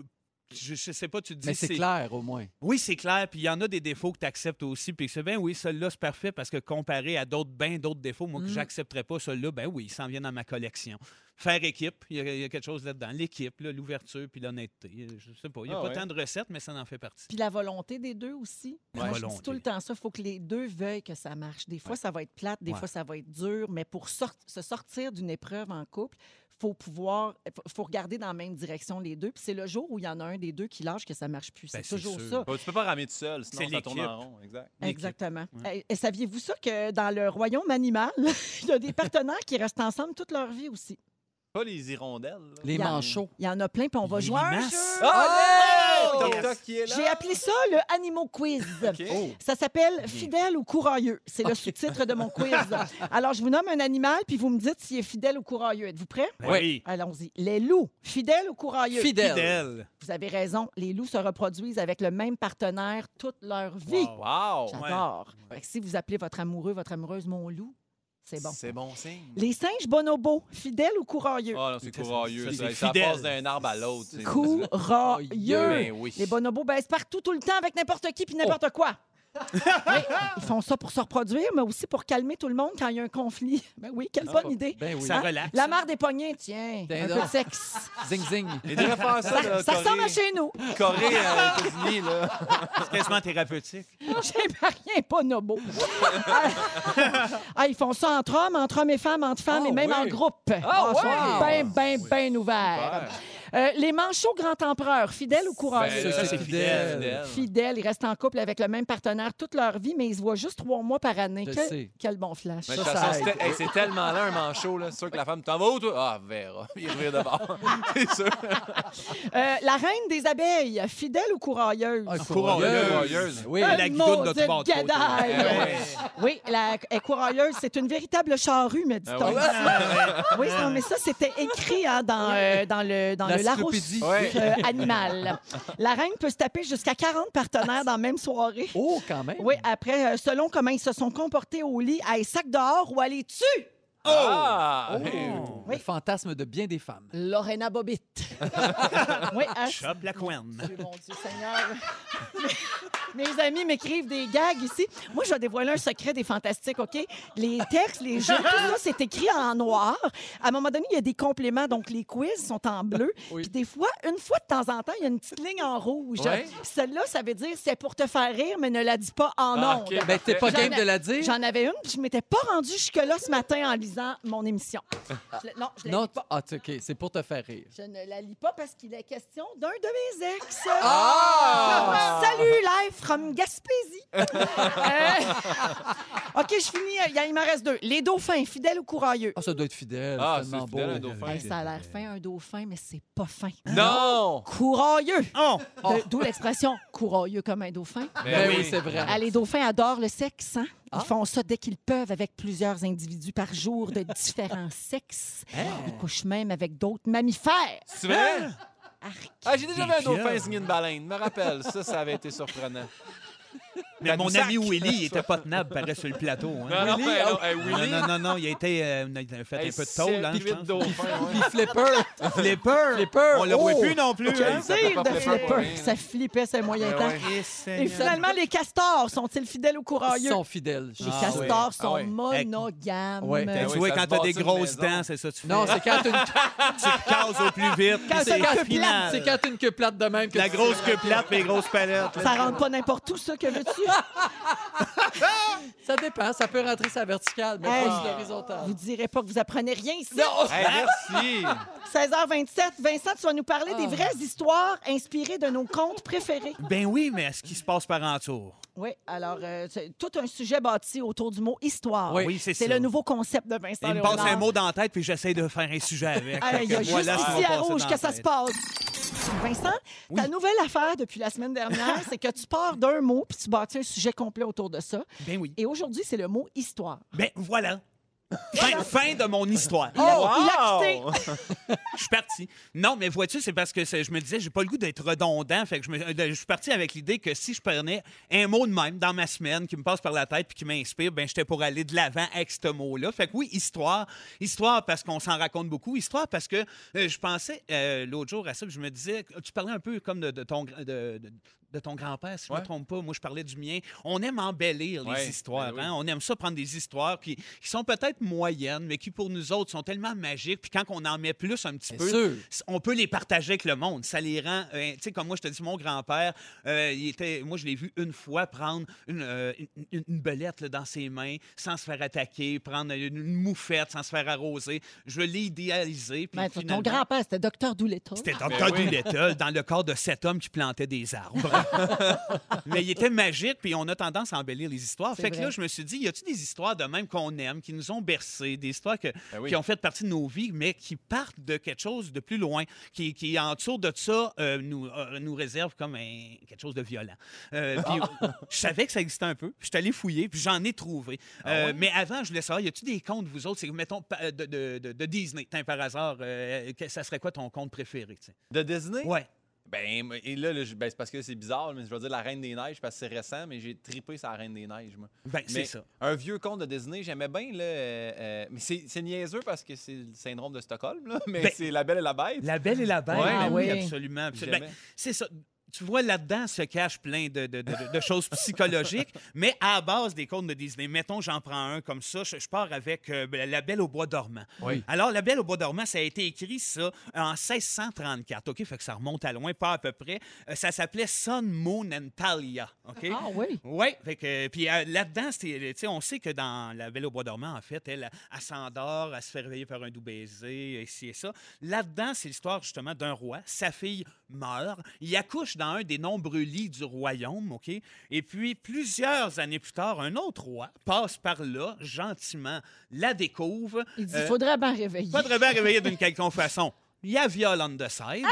C: Je, je sais pas, tu te dis.
B: Mais Ben, c'est
C: c'est-
B: clair, au moins.
C: oui, c'est clair. Puis il y en a des défauts que tu acceptes aussi. Puis c'est bien, oui, celui-là, c'est parfait parce que comparé à d'autres, ben d'autres défauts, moi, que
B: Mm.
C: j'accepterais pas, celui-là, ben oui, il s'en vient dans ma collection. Faire équipe, il y, a- il y a quelque chose là-dedans. L'équipe, là, l'ouverture, puis l'honnêteté. Je sais pas. Il n'y a
D: Ah
C: pas
D: ouais.
C: tant de recettes, mais ça en fait partie.
A: Puis la volonté des deux aussi.
C: Ouais.
A: Moi, je dis
C: Volonté.
A: tout le temps ça, il faut que les deux veuillent que ça marche. Des fois, ça va être plate, des
B: Ouais.
A: fois, ça va être dur, mais pour sort- se sortir d'une épreuve en couple, faut pouvoir, faut- faut regarder dans la même direction les deux. Puis c'est le jour où il y en a un des deux qui lâche que ça marche plus.
C: Ben,
A: c'est
C: c'est
A: toujours
C: sûr.
A: ça.
D: Bah, tu peux pas ramer tout seul, sinon
C: C'est
D: ça tourne en
C: l'équipe.
D: rond. Exact.
C: Une équipe.
A: Exactement.
C: Ouais.
A: Et, et saviez-vous ça que dans le royaume animal, il y a des partenaires qui restent ensemble toute leur vie aussi?
D: Pas les hirondelles. là.
B: Les
A: Il y a-
B: manchots.
A: Il y en a plein, puis on va
C: Les
A: jouer à un
C: limaces.
A: jeu.
C: Oh!
D: Ah, yeah!
C: Yes.
D: Toc Toc qui est là.
A: J'ai appelé ça le Animal Quiz.
D: OK.
C: Oh,
A: Ça s'appelle Fidèle ou courailleux. C'est le sous-titre de mon quiz. Alors, je vous nomme un animal, puis vous me dites s'il est fidèle ou courailleux. Êtes-vous prêts?
C: Ben
B: Oui.
C: oui.
A: Allons-y. Les loups, fidèles ou courailleux?
B: Fidèle.
C: Fidèle.
A: Vous avez raison, les loups se reproduisent avec le même partenaire toute leur vie.
D: Wow.
A: J'adore. Fait que Si vous appelez votre amoureux, votre amoureuse mon loup, c'est bon.
D: C'est bon signe.
A: Les singes bonobos, fidèles ou courageux?
D: Ah non, c'est
C: Ça,
D: courageux.
C: c'est
D: Ça, ça
C: fidèle.
D: passe d'un arbre à l'autre. c'est-
A: Courageux!
D: Ben oui. Oh.
A: Les bonobos baissent partout, tout le temps, avec n'importe qui puis n'importe quoi. Oui, ils font ça pour se reproduire, mais aussi pour calmer tout le monde quand il y a un conflit. Ben oui,
D: Ah,
A: quelle bonne idée.
B: Ben oui.
C: Ça
A: Hein?
C: relaxe.
A: La mare des poignets, tiens,
B: Tiens
A: un peu
B: donc.
A: de sexe.
B: Zing, zing.
D: Il devrait faire ça, là,
A: Ça, ça
D: Corée,
A: ressemble à chez nous.
D: Corée, euh, aux États-Unis, là.
C: C'est quasiment thérapeutique.
A: J'aime rien, bonobo. ah, ils font ça entre hommes, entre hommes et femmes, entre femmes
B: Ah
A: et même
B: oui.
A: en groupe.
D: Ah
A: Ils sont
D: ouais.
A: ben, ben, ben ouverts. Euh, les manchots grand empereur, fidèles ou courageux?
D: Ben,
C: ça,
D: là,
C: c'est
B: fidèle.
D: fidèle.
A: fidèles, ils restent en couple avec le même partenaire toute leur vie, mais ils se voient juste trois mois par année.
B: Je
A: Quel-
B: sais.
A: Quel bon flash.
D: Mais de
A: Ça,
D: toute
A: ça
D: façon,
A: aide.
D: c'était- hey, c'est tellement là un manchot, là. C'est sûr que la femme, t'en vas où, toi? Ah, verra. Il revient de bord. C'est sûr.
A: Euh, la reine des abeilles, fidèle ou courailleuse?
B: Ah,
C: Courailleuse.
D: Courailleuse.
B: Oui.
A: Un
C: la
A: mot
C: guidoune de
A: de
C: tout bord de côté.
A: gadaille.
D: Ouais.
A: Oui, la elle est courailleuse, c'est une véritable charrue, me dit-on.
D: Ah oui.
A: oui, non, mais ça, c'était écrit hein, dans, euh, dans le, dans le Larousse
B: L'encyclopédie.
D: Ouais.
A: euh, animal. La reine peut se taper jusqu'à 40 partenaires dans la même soirée.
B: Oh, quand même.
A: Oui, après, euh, selon comment ils se sont comportés au lit, à sac dehors ou à les tue.
D: Ah!
C: Oh.
B: Euh, Le fantasme de bien des femmes.
A: Lorena Bobbitt. oui, à-
C: Chop la couenne.
A: Dieu, mon Dieu, Seigneur. Mes amis m'écrivent des gags ici. Moi, je vais dévoiler un secret des fantastiques, OK? Les textes, les jeux, tout ça, c'est écrit en noir. À un moment donné, il y a des compléments, donc les quiz sont en bleu.
B: Oui.
A: Puis des fois, une fois de temps en temps, il y a une petite ligne en rouge.
D: Ouais.
A: Puis Celle-là, ça veut dire c'est pour te faire rire, mais ne la dis pas en
D: Ah,
A: ondes.
D: OK.
B: Ben, t'es pas
A: J'en
B: game
A: ai-
B: de la dire?
A: J'en avais une, puis je m'étais pas rendue jusque-là ce matin en lisant mon émission. Je l'ai- non, je l'ai
B: Non, tu- ah, tu- OK, c'est pour te faire rire.
A: je ne la lis pas parce qu'il est question d'un de mes ex.
D: Ah!
A: Salut, live from Gaspésie. Euh, OK, je finis. Il, y a- il m'en reste deux. Les dauphins, fidèles ou courageux?
B: Ah, ça doit être fidèle.
D: Ah,
B: c'est tellement
D: c'est fidèle,
B: beau.
D: un dauphin.
A: Hey, ça a
D: euh,
A: l'air fin, un dauphin, mais c'est pas fin.
B: Ben,
D: Non!
A: Courageux.
C: Oh!
A: De- D'où l'expression courageux comme un dauphin.
B: Ben oui, c'est vrai.
A: Ah, les dauphins adorent le sexe. hein? Ils font ça dès qu'ils peuvent avec plusieurs individus par jour de différents sexes. Ils couchent même avec d'autres mammifères.
D: C'est vrai?
A: Arc.
D: Ah, j'ai déjà vu un
C: Des
D: dauphin
C: pieuvres.
D: signer une baleine. Je me rappelle, ça, ça avait été surprenant.
C: Mais mon
D: Tadoussac.
C: ami Willy, il était pas tenable, pareil, sur le plateau.
D: Non,
C: hein.
D: non,
B: Willy,
D: ben, non,
B: oh.
D: hey,
C: Non,
D: Willy,
C: non, non, non, il a été euh, il a fait
D: hey,
C: un peu de
D: sept,
C: tôle, hein, je
D: huit
C: pense.
D: dauphins, ouais.
B: Puis Flipper,
C: Flipper!
B: Flipper.
C: On le
B: oh!
C: voit plus non plus, hein?
D: Ça
A: Tire
D: peut
A: de
D: pas faire
A: flipper.
D: peur.
A: Ça flippait, c'est moyen
D: Ben
A: temps.
D: ouais.
C: Et
A: Et finalement, les castors sont-ils fidèles ou
B: Ils
A: courageux?
B: sont fidèles.
A: Oh, Les
C: Ah
A: castors
C: oui.
D: Ah
A: sont
D: oui.
A: monogames.
B: Ouais. Ben
C: Ben,
D: oui,
C: tu vois,
D: ça
C: quand
D: se
C: t'as des
D: bâtit une
C: grosses
D: maison.
C: dents, c'est ça, tu
B: Non,
C: fais.
B: c'est quand t'as une,
C: tu te cases au plus vite.
A: Quand
C: c'est la
A: t'as une queue
C: finale.
B: c'est quand t'as une queue plate de même que
C: La
B: tu-
C: grosse queue plate, les grosses palettes. là.
A: Ça rentre pas n'importe où, ça, que veux-tu?
B: Ça dépend, ça peut rentrer sa verticale, mais
A: Hey.
B: pas sur l'horizontale.
A: Vous direz pas que vous apprenez rien ici.
B: Non!
D: Hey, merci.
A: 16h27, Vincent, tu vas nous parler des vraies histoires inspirées de nos contes préférés.
C: Ben oui, mais ce qui se passe par en tour.
A: Oui, alors, euh, c'est tout un sujet bâti autour du mot histoire.
B: Oui,
C: Oui, c'est ça.
A: C'est le nouveau concept de Vincent
C: Il me passe
A: Léonard.
C: un mot dans la tête, puis j'essaie de faire un sujet avec.
A: Ah,
C: Fait
A: Il y a
C: que
A: juste
C: voilà ce qui
A: ici
C: m'a
A: à
C: passé
A: rouge
C: dans
A: que
C: la
A: ça se
C: tête.
A: passe. Vincent, ta nouvelle affaire depuis la semaine dernière, c'est que tu pars d'un mot puis tu bâtis un sujet complet autour de ça.
C: Ben oui.
A: Et aujourd'hui, c'est le mot histoire.
C: Ben voilà. Fin, fin de mon histoire.
A: il a quitté.
C: Je suis parti. Non, mais vois-tu, c'est parce que c'est- je me disais, j'ai pas le goût d'être redondant. Fait que je, me- de- je suis parti avec l'idée que si je prenais un mot de même dans ma semaine qui me passe par la tête puis qui m'inspire, ben j'étais pour aller de l'avant avec ce mot-là. Fait que oui, histoire. Histoire parce qu'on s'en raconte beaucoup. Histoire parce que euh, je pensais euh, l'autre jour à ça, puis je me disais, tu parlais un peu comme de, de ton, gr- de, de- de ton grand-père, si je
D: Ouais.
C: me trompe pas. Moi, je parlais du mien. On aime embellir les
D: Ouais,
C: histoires.
D: ben oui.
C: hein. On aime ça prendre des histoires qui, qui sont peut-être moyennes, mais qui pour nous autres sont tellement magiques. Puis quand on en met plus un petit
B: Bien
C: peu,
B: sûr.
C: on peut les partager avec le monde. Ça les rend. euh, tu sais, comme moi, je te dis, mon grand-père, euh, il était. Moi, je l'ai vu une fois prendre une, euh, une- une- une belette là, dans ses mains sans se faire attaquer, prendre une, une moufette sans se faire arroser. Je l'ai idéalisé. puis
A: Ben,
C: finalement-
A: ton grand-père, c'était docteur Doolittle.
C: c'était
D: Ben
C: Dr.
D: oui.
C: Doolittle dans le corps de cet homme qui plantait des arbres. Mais il était magique, puis on a tendance à embellir les histoires.
A: C'est
C: Fait que
A: vrai.
C: là, je me suis dit, y a-t-il des histoires de même qu'on aime, qui nous ont bercés, des histoires que-
D: Ben oui.
C: qui ont fait partie de nos vies, mais qui partent de quelque chose de plus loin, qui, qui en dessous de ça, euh, nous, euh, nous réserve comme un- quelque chose de violent. Euh,
D: Ah.
C: puis, je savais que ça existait un peu, puis je suis allé fouiller, puis j'en ai trouvé.
D: Ah
C: Euh, Mais avant, je voulais savoir, y a-tu des contes, vous autres, c'est, mettons, pa- de, de- de- de Disney, tiens, par hasard, euh, que- ça serait quoi ton conte préféré? tu sais?
D: De Disney?
C: Ouais.
D: Ben, et là, là, je- ben, c'est parce que c'est bizarre, mais je veux dire la Reine des Neiges parce que c'est récent, mais j'ai tripé sur la Reine des Neiges, moi.
C: Ben, c'est
D: Mais
C: ça.
D: Un vieux conte de Disney, j'aimais bien, là. euh, euh, mais c'est c'est niaiseux parce que c'est le syndrome de Stockholm, là. Mais
C: Ben-
D: c'est La Belle et la Bête.
C: La belle et la bête.
D: Ouais,
C: ben
A: oui.
C: absolument. absolument.
D: J'aimais.
C: Ben, c'est ça. Tu vois, là-dedans se cachent plein de, de- de- de choses psychologiques, mais à la base des contes de Disney, mettons, j'en prends un comme ça, je, je pars avec euh, La Belle au Bois dormant.
B: Oui.
C: Alors, La Belle au Bois dormant, ça a été écrit, ça, en 1634, OK? Fait que ça remonte à loin, pas à peu près. Euh, ça s'appelait Sun, Moon and Talia, OK?
A: Ah oui.
C: Oui, fait que, puis euh, là-dedans, c'était, euh, tu sais, on sait que dans La Belle au Bois dormant, en fait, elle, elle s'endort, elle se fait réveiller par un doux baiser, et ci et ça. Là-dedans, c'est l'histoire justement d'un roi. Sa fille meurt. Il accouche dans un des nombreux lits du royaume, OK? Et puis, plusieurs années plus tard, un autre roi passe par là, gentiment, la découvre.
A: Il dit,
C: Euh,
A: faudrait bien réveiller.
C: Pas de bien réveillé d'une quelconque façon. Il y a viol on the side.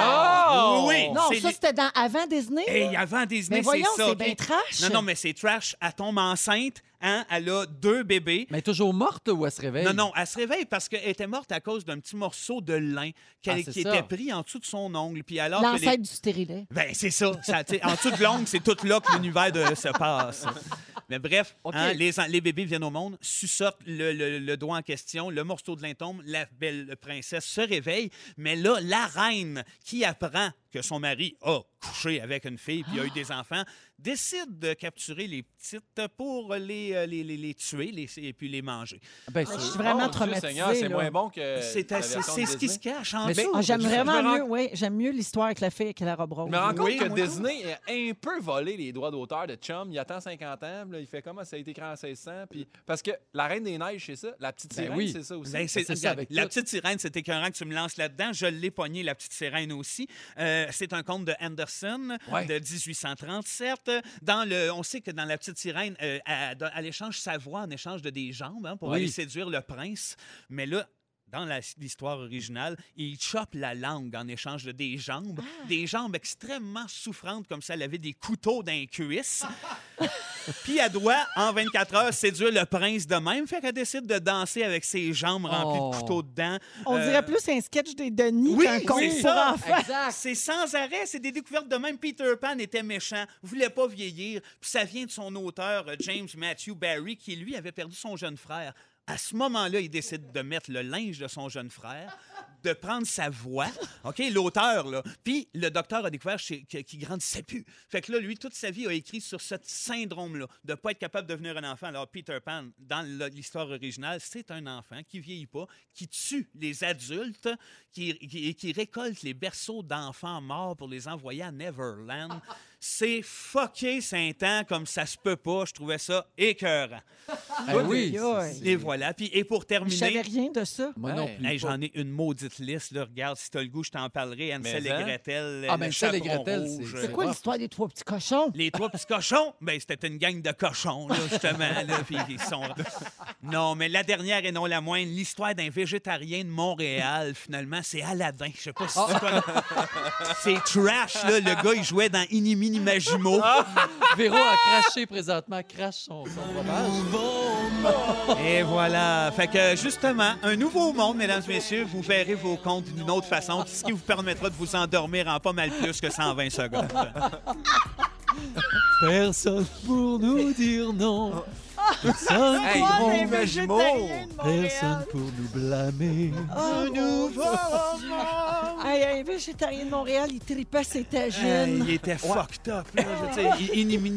D: Oh!
C: Oui,
A: Ah! Non,
C: c'est
A: ça,
C: les-
A: c'était dans avant Disney.
C: Hey, avant Disney,
A: Mais voyons,
C: c'est ça.
A: c'est
C: OK?
A: bien trash.
C: Non, non, mais c'est trash. Elle tombe enceinte, hein? Elle a deux bébés.
B: Mais toujours morte là, ou elle se réveille?
C: Non, non, elle se réveille parce qu'elle était morte à cause d'un petit morceau de lin qu'elle-
B: Ah, c'est
C: qui
B: ça.
C: était pris en dessous de son ongle. Puis alors que les-
A: L'ancêtre du stérilet.
C: Ben, c'est ça. ça tu sais, en dessous de l'ongle, c'est tout là que l'univers de- se passe. Mais bref,
B: OK.
C: hein, les, en- les bébés viennent au monde, suçotent le, le- le doigt en question, le morceau de lin tombe, la belle princesse se réveille. Mais là, la reine qui apprend que son mari a couché avec une fille puis a eu des enfants, décide de capturer les petites pour les, euh, les, les- les tuer les- et puis les manger.
B: Ben,
A: Je
B: c'est-
A: suis vraiment
D: Oh Mon Dieu
A: traumatisée.
D: Seigneur, c'est
A: là.
D: moins bon que.
C: C'est
D: Euh, la
C: c'est-
D: version
C: c'est
D: de
C: ce qui se
D: Disney.
C: cache en
B: Mais
C: dessous.
A: Ah, j'aime
C: Oh, Je- je
A: vraiment
C: me rends
A: mieux, oui, j'aime mieux l'histoire avec la fille avec la robe rose.
D: Je me rends compte
C: Oui,
D: que
C: moi
D: Disney a un peu volé les droits d'auteur de Chum. Il attend 50 ans, puis là, il fait comment ça a été créé en 1600. Puis... Parce que La Reine des Neiges, c'est ça. La Petite
B: Ben
D: Sirène,
B: oui.
D: c'est ça aussi.
C: Ben, c'est-
B: C'est ça,
C: regarde,
B: avec
C: la
B: tout.
C: petite sirène, c'est écœurant que tu me lances là-dedans. Je l'ai pogné, la petite sirène aussi. Euh, c'est un conte de Anderson
D: Ouais.
C: de 1837. Dans le, on sait que dans la petite sirène, euh, elle, elle échange sa voix en échange de des jambes hein, pour
B: Oui.
C: aller séduire le prince. Mais là, dans la- l'histoire originale, il chope la langue en échange de des jambes,
B: Ah.
C: des jambes extrêmement souffrantes, comme si elle avait des couteaux dans les cuisses. Puis elle doit, en 24 heures, séduire le prince de même. Fait qu'elle décide de danser avec ses jambes remplies
B: Oh.
C: de couteaux dedans.
A: On
C: Euh,
A: dirait plus un sketch des Denis
C: oui,
A: qu'un conte
C: c'est
A: pour
C: ça.
A: enfants.
B: Exact.
C: C'est sans arrêt, c'est des découvertes de même. Peter Pan était méchant, voulait pas vieillir, puis ça vient de son auteur euh, James Matthew Barry qui lui avait perdu son jeune frère. À ce moment-là, il décide de mettre le linge de son jeune frère, de prendre sa voix, OK, l'auteur là. Puis le docteur a découvert chez- que- qu'il grandissait plus. Fait que là lui toute sa vie a écrit sur ce syndrome là de pas être capable de devenir un enfant. Alors Peter Pan dans le- l'histoire originale, c'est un enfant qui vieillit pas, qui tue les adultes qui, qui- qui récolte les berceaux d'enfants morts pour les envoyer à Neverland. C'est fucké Saint-Anne comme ça se peut pas. Je trouvais ça écœurant.
B: Ah oui.
A: Aïe, aïe.
B: c'est- c'est-
C: Et voilà. Puis, et pour
A: Je savais
C: terminer,
A: rien de ça.
B: Moi non
D: Hey,
B: plus.
C: hey, j'en ai une maudite liste. là. Regarde, si t'as le goût, je t'en parlerai. Ansel
D: Mais
C: et
D: hein?
C: Gretel.
B: Ah,
C: le
B: ben, Ansel et
C: chaperon
B: Gretel,
C: rouge.
B: c'est-
A: C'est quoi
B: rough.
A: l'histoire des trois petits cochons?
C: Les trois petits cochons, ben, c'était une gang de cochons, là, justement. là, puis ils sont... Non, mais la dernière et non la moindre, l'histoire d'un végétarien de Montréal, finalement, c'est Aladdin. Je sais pas si
B: Ah.
C: tu connais. C'est trash, là. Le gars, il jouait dans Inimini-Magimo.
B: Ah. Véro a craché présentement, crache son, son breuvage.
C: Et voilà. Fait que, justement, un nouveau monde, mesdames et messieurs, vous verrez vos comptes d'une autre façon, ce qui vous permettra de vous endormir en pas mal plus que 120 secondes.
B: Personne pour nous dire non. Personne,
D: Hey,
A: Toi,
D: gros
A: les
D: Magimo.
A: végétariens de Montréal.
B: pour nous blâmer.
A: Un nouveau monde. oh, Hey, un végétarien de Montréal, il tripait ses
C: Hey,
A: tagines.
C: il était fucked up. là. Je veux dire, il- inimini-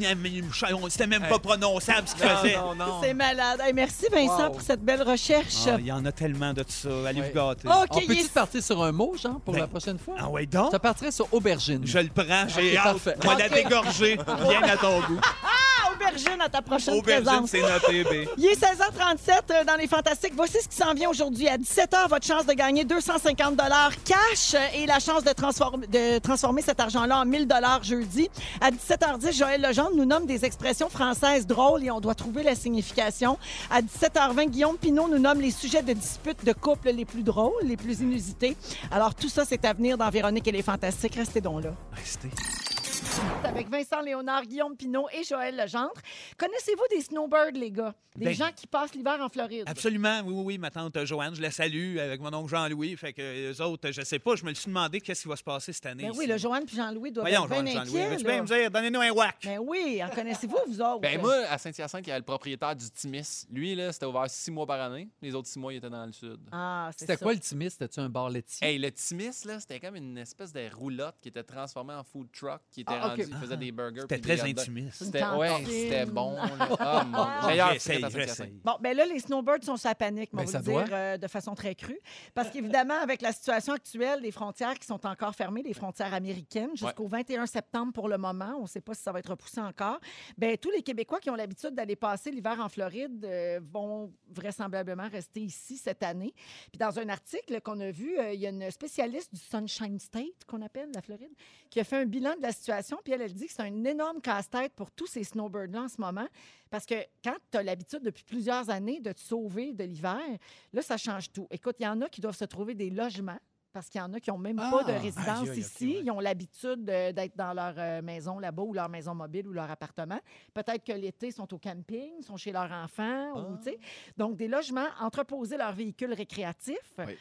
C: C'était même pas prononçable ce qu'il faisait.
D: Non, non, non.
A: C'est malade. Hey, merci Vincent
B: Wow.
A: pour cette belle recherche.
C: Ah, Il y en a tellement de ça. Allez
B: Ouais.
C: vous gâter.
A: OK,
B: On
A: il
B: peut-tu
A: est-
B: partir sur un mot, genre, pour
C: Ben,
B: la prochaine fois?
C: Ah ouais, donc?
B: Ça partirait sur aubergine.
C: Je le prends, j'ai
B: Ok,
C: hâte.
B: parfait.
C: On va la dégorger. Bien à ton goût.
A: Ah, aubergine à ta prochaine
C: Aubergine,
A: présence.
C: c'est noté, bébé.
A: Il est 16h37 euh, dans les Fantastiques. Voici ce qui s'en vient aujourd'hui. À 17h, votre chance de gagner 250 dollars cash euh, et la chance de, transform- de transformer cet argent-là en 1000 dollars jeudi. À 17h10, Joël Legendre nous nomme des expressions françaises drôles et on doit trouver la signification. À 17h20, Guillaume Pinot nous nomme les sujets de disputes de couple les plus drôles, les plus inusités. Alors tout ça, c'est à venir dans Véronique et les Fantastiques. Restez donc là.
C: Restez.
A: avec Vincent Léonard, Guillaume Pinot et Joël Legendre. Connaissez-vous des snowbirds, les gars? Des
C: Ben-
A: gens qui passent l'hiver en Floride.
C: Absolument, oui, oui, oui, ma tante Joanne, je la salue avec mon oncle Jean-Louis. Fait que euh, eux autres, je sais pas, je me suis demandé qu'est-ce qui va se passer cette année.
A: Ben oui,
C: ici.
A: le Joanne puis Jean-Louis doivent
C: Voyons,
A: être bien
C: Joanne Jean-Louis,
A: inquiets,
C: veux-tu bien
A: là.
C: me dire, donnez-nous un whack.
A: Ben oui, en connaissez-vous, vous autres?
D: Ben moi, à Saint-Hyacinthe, il y avait le propriétaire du Timis. Lui, là, c'était ouvert six mois par année. Les autres six mois, il était dans le sud.
A: Ah, c'est
B: C'était
A: ça.
B: quoi le timide? C'était-tu un bar laitier?
D: Hey, le Timis, là, c'était comme une espèce de roulotte qui était transformée en food truck, qui était
B: Ah,
D: rendu,
B: ok.
D: il faisait des burgers.
C: C'était
D: puis des
C: très
D: hot dogs.
C: intimiste.
D: C'était ouais,
A: Tantine.
D: c'était bon. là. Ah, mon Dieu. D'ailleurs, c'est
C: J'essaye,
D: à Saint-Hyacinthe.
C: j'essaye.
A: Bon, ben là, les snowbirds sont sur la panique, mais
B: Ben,
A: on va
B: ça
A: vous le dire
B: doit.
A: euh, de façon très crue. Parce qu'évidemment, avec la situation actuelle des frontières qui sont encore fermées, les frontières américaines, jusqu'au 21 septembre pour le moment, on ne sait pas si ça va être repoussé encore, ben tous les Québécois qui ont l'habitude d'aller passer l'hiver en Floride euh, vont vraisemblablement rester ici cette année. Puis dans un article qu'on a vu, euh, il y a une spécialiste du Sunshine State, qu'on appelle la Floride, qui a fait un bilan de la situation. Puis elle, elle dit que c'est un énorme casse-tête pour tous ces snowbirds-là en ce moment. Parce que quand tu as l'habitude depuis plusieurs années de te sauver de l'hiver, là, ça change tout. Écoute, il y en a qui doivent se trouver des logements. Parce qu'il y en a qui n'ont même pas de
B: Ah!
A: résidence
C: Aïe, aïe, ok,
A: ici.
C: ouais.
A: Ils ont l'habitude de- d'être dans leur euh, maison là-bas ou leur maison mobile ou leur appartement. Peut-être que l'été, sont au camping, sont chez leurs enfants. ou,
C: Ah!
A: tu sais. Donc, des logements, entreposer leurs véhicules récréatifs.
B: Oui.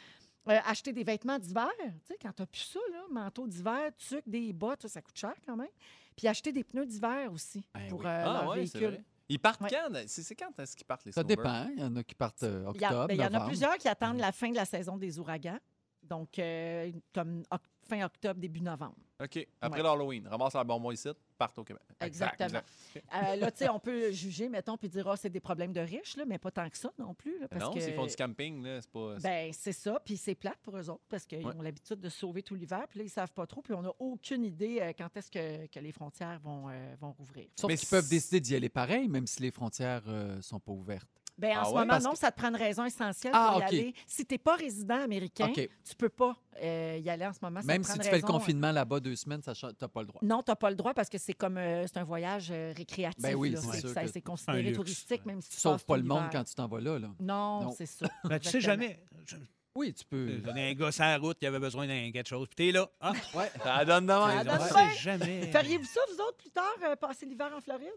A: Euh, acheter des vêtements d'hiver, tu sais, quand t'as plus ça, là, manteau d'hiver, tuc, des bottes, ça, ça coûte cher quand même. Puis acheter des pneus d'hiver aussi
B: Ben
A: pour
B: oui.
A: euh,
D: Ah,
A: leur
D: ouais, c'est
A: véhicule.
D: vrai. Ils partent
A: Ouais.
D: quand? C'est c'est quand est-ce qu'ils partent, les
B: Ça
D: snowbirds?
B: dépend. Il y en a qui partent euh,
A: Il y, a-
B: octobre,
A: ben, il y en a
B: novembre.
A: plusieurs qui attendent la fin de la saison des ouragans, donc euh, comme oc- fin octobre, début novembre.
D: OK. Après
A: Ouais.
D: l'Halloween, ramasse un bonbon ici, partent au Québec.
A: Exactement. Euh, là, tu sais, on peut juger, mettons, puis dire, Ah, c'est des problèmes de riches, là, mais pas tant que ça non plus. là, parce
D: non,
A: que...
D: s'ils font du camping, là, c'est pas...
A: Ben, c'est ça. Puis c'est plate pour eux autres parce qu'ils
D: Ouais.
A: ont l'habitude de se sauver tout l'hiver. Puis là, ils savent pas trop. Puis on n'a aucune idée euh, quand est-ce que, que les frontières vont, euh, vont rouvrir.
B: Sauf
D: Mais
B: qu'ils peuvent
D: c'est-
B: décider d'y aller pareil, même si les frontières euh, sont pas ouvertes.
A: Ben, en
D: Ah
A: ce
D: ouais?
A: moment,
D: Parce
A: non, ça te prend une raison essentielle
B: Ah,
A: pour y
B: OK.
A: aller. Si tu n'es pas résident américain,
B: OK.
A: tu peux pas euh, y aller en ce moment. Ah, ça te
B: Même
A: prend
B: si
A: une
B: tu fais le
A: raison, euh,
B: confinement là-bas deux semaines, ça cha- t'as pas le droit.
A: Non, tu n'as pas le droit parce que c'est comme euh, c'est un voyage euh, récréatif.
B: Ben oui,
A: là.
B: c'est
A: c'est
B: sûr
A: ça-
B: que
A: c'est considéré
C: luxe,
A: touristique,
C: ouais.
A: même si
B: Tu
A: tu
B: sauves
A: passes
B: pas
A: tout
B: le monde
A: l'hiver.
B: quand tu t'en vas là. là.
A: Non,
B: Non.
A: c'est ça.
C: Ben, tu sais
A: Exactement.
C: jamais. Je-
B: Oui, tu peux.
C: T'as un gars sur la route qui avait besoin d'un quelque chose. Puis t'es là. Ah,
B: Ouais.
D: Ça donne de même.
A: Ça donne
C: on
A: de
C: sait
A: même.
C: jamais.
A: Feriez-vous ça, vous autres, plus tard, euh, passer l'hiver en Floride?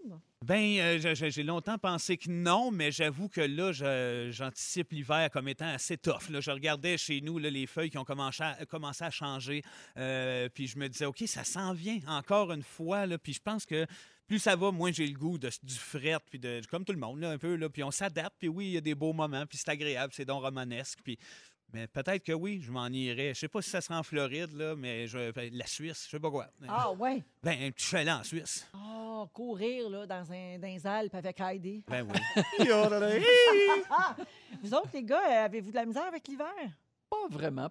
C: Ben, euh, je- je- j'ai longtemps pensé que non, mais j'avoue que là, je- j'anticipe l'hiver comme étant assez tough. Là. Je regardais chez nous là, les feuilles qui ont commencé à, commencé à changer, euh, puis je me disais, OK, ça s'en vient encore une fois, là, puis je pense que plus ça va, moins j'ai le goût de, du fret, puis de, comme tout le monde, là, un peu, là, puis on s'adapte, puis oui, il y a des beaux moments, puis c'est agréable, c'est donc romanesque, puis... Mais peut-être que oui, je m'en irais. Je sais pas si ça sera en Floride, là, mais je, ben, la Suisse, je sais pas quoi.
A: Ah, ouais.
C: Ben, un petit chalet en Suisse.
A: Oh, courir, là, dans, un, dans les Alpes avec Heidi.
C: Ben oui.
A: Ah! Vous autres, les gars, euh, avez-vous de la misère avec l'hiver?
B: Pas vraiment,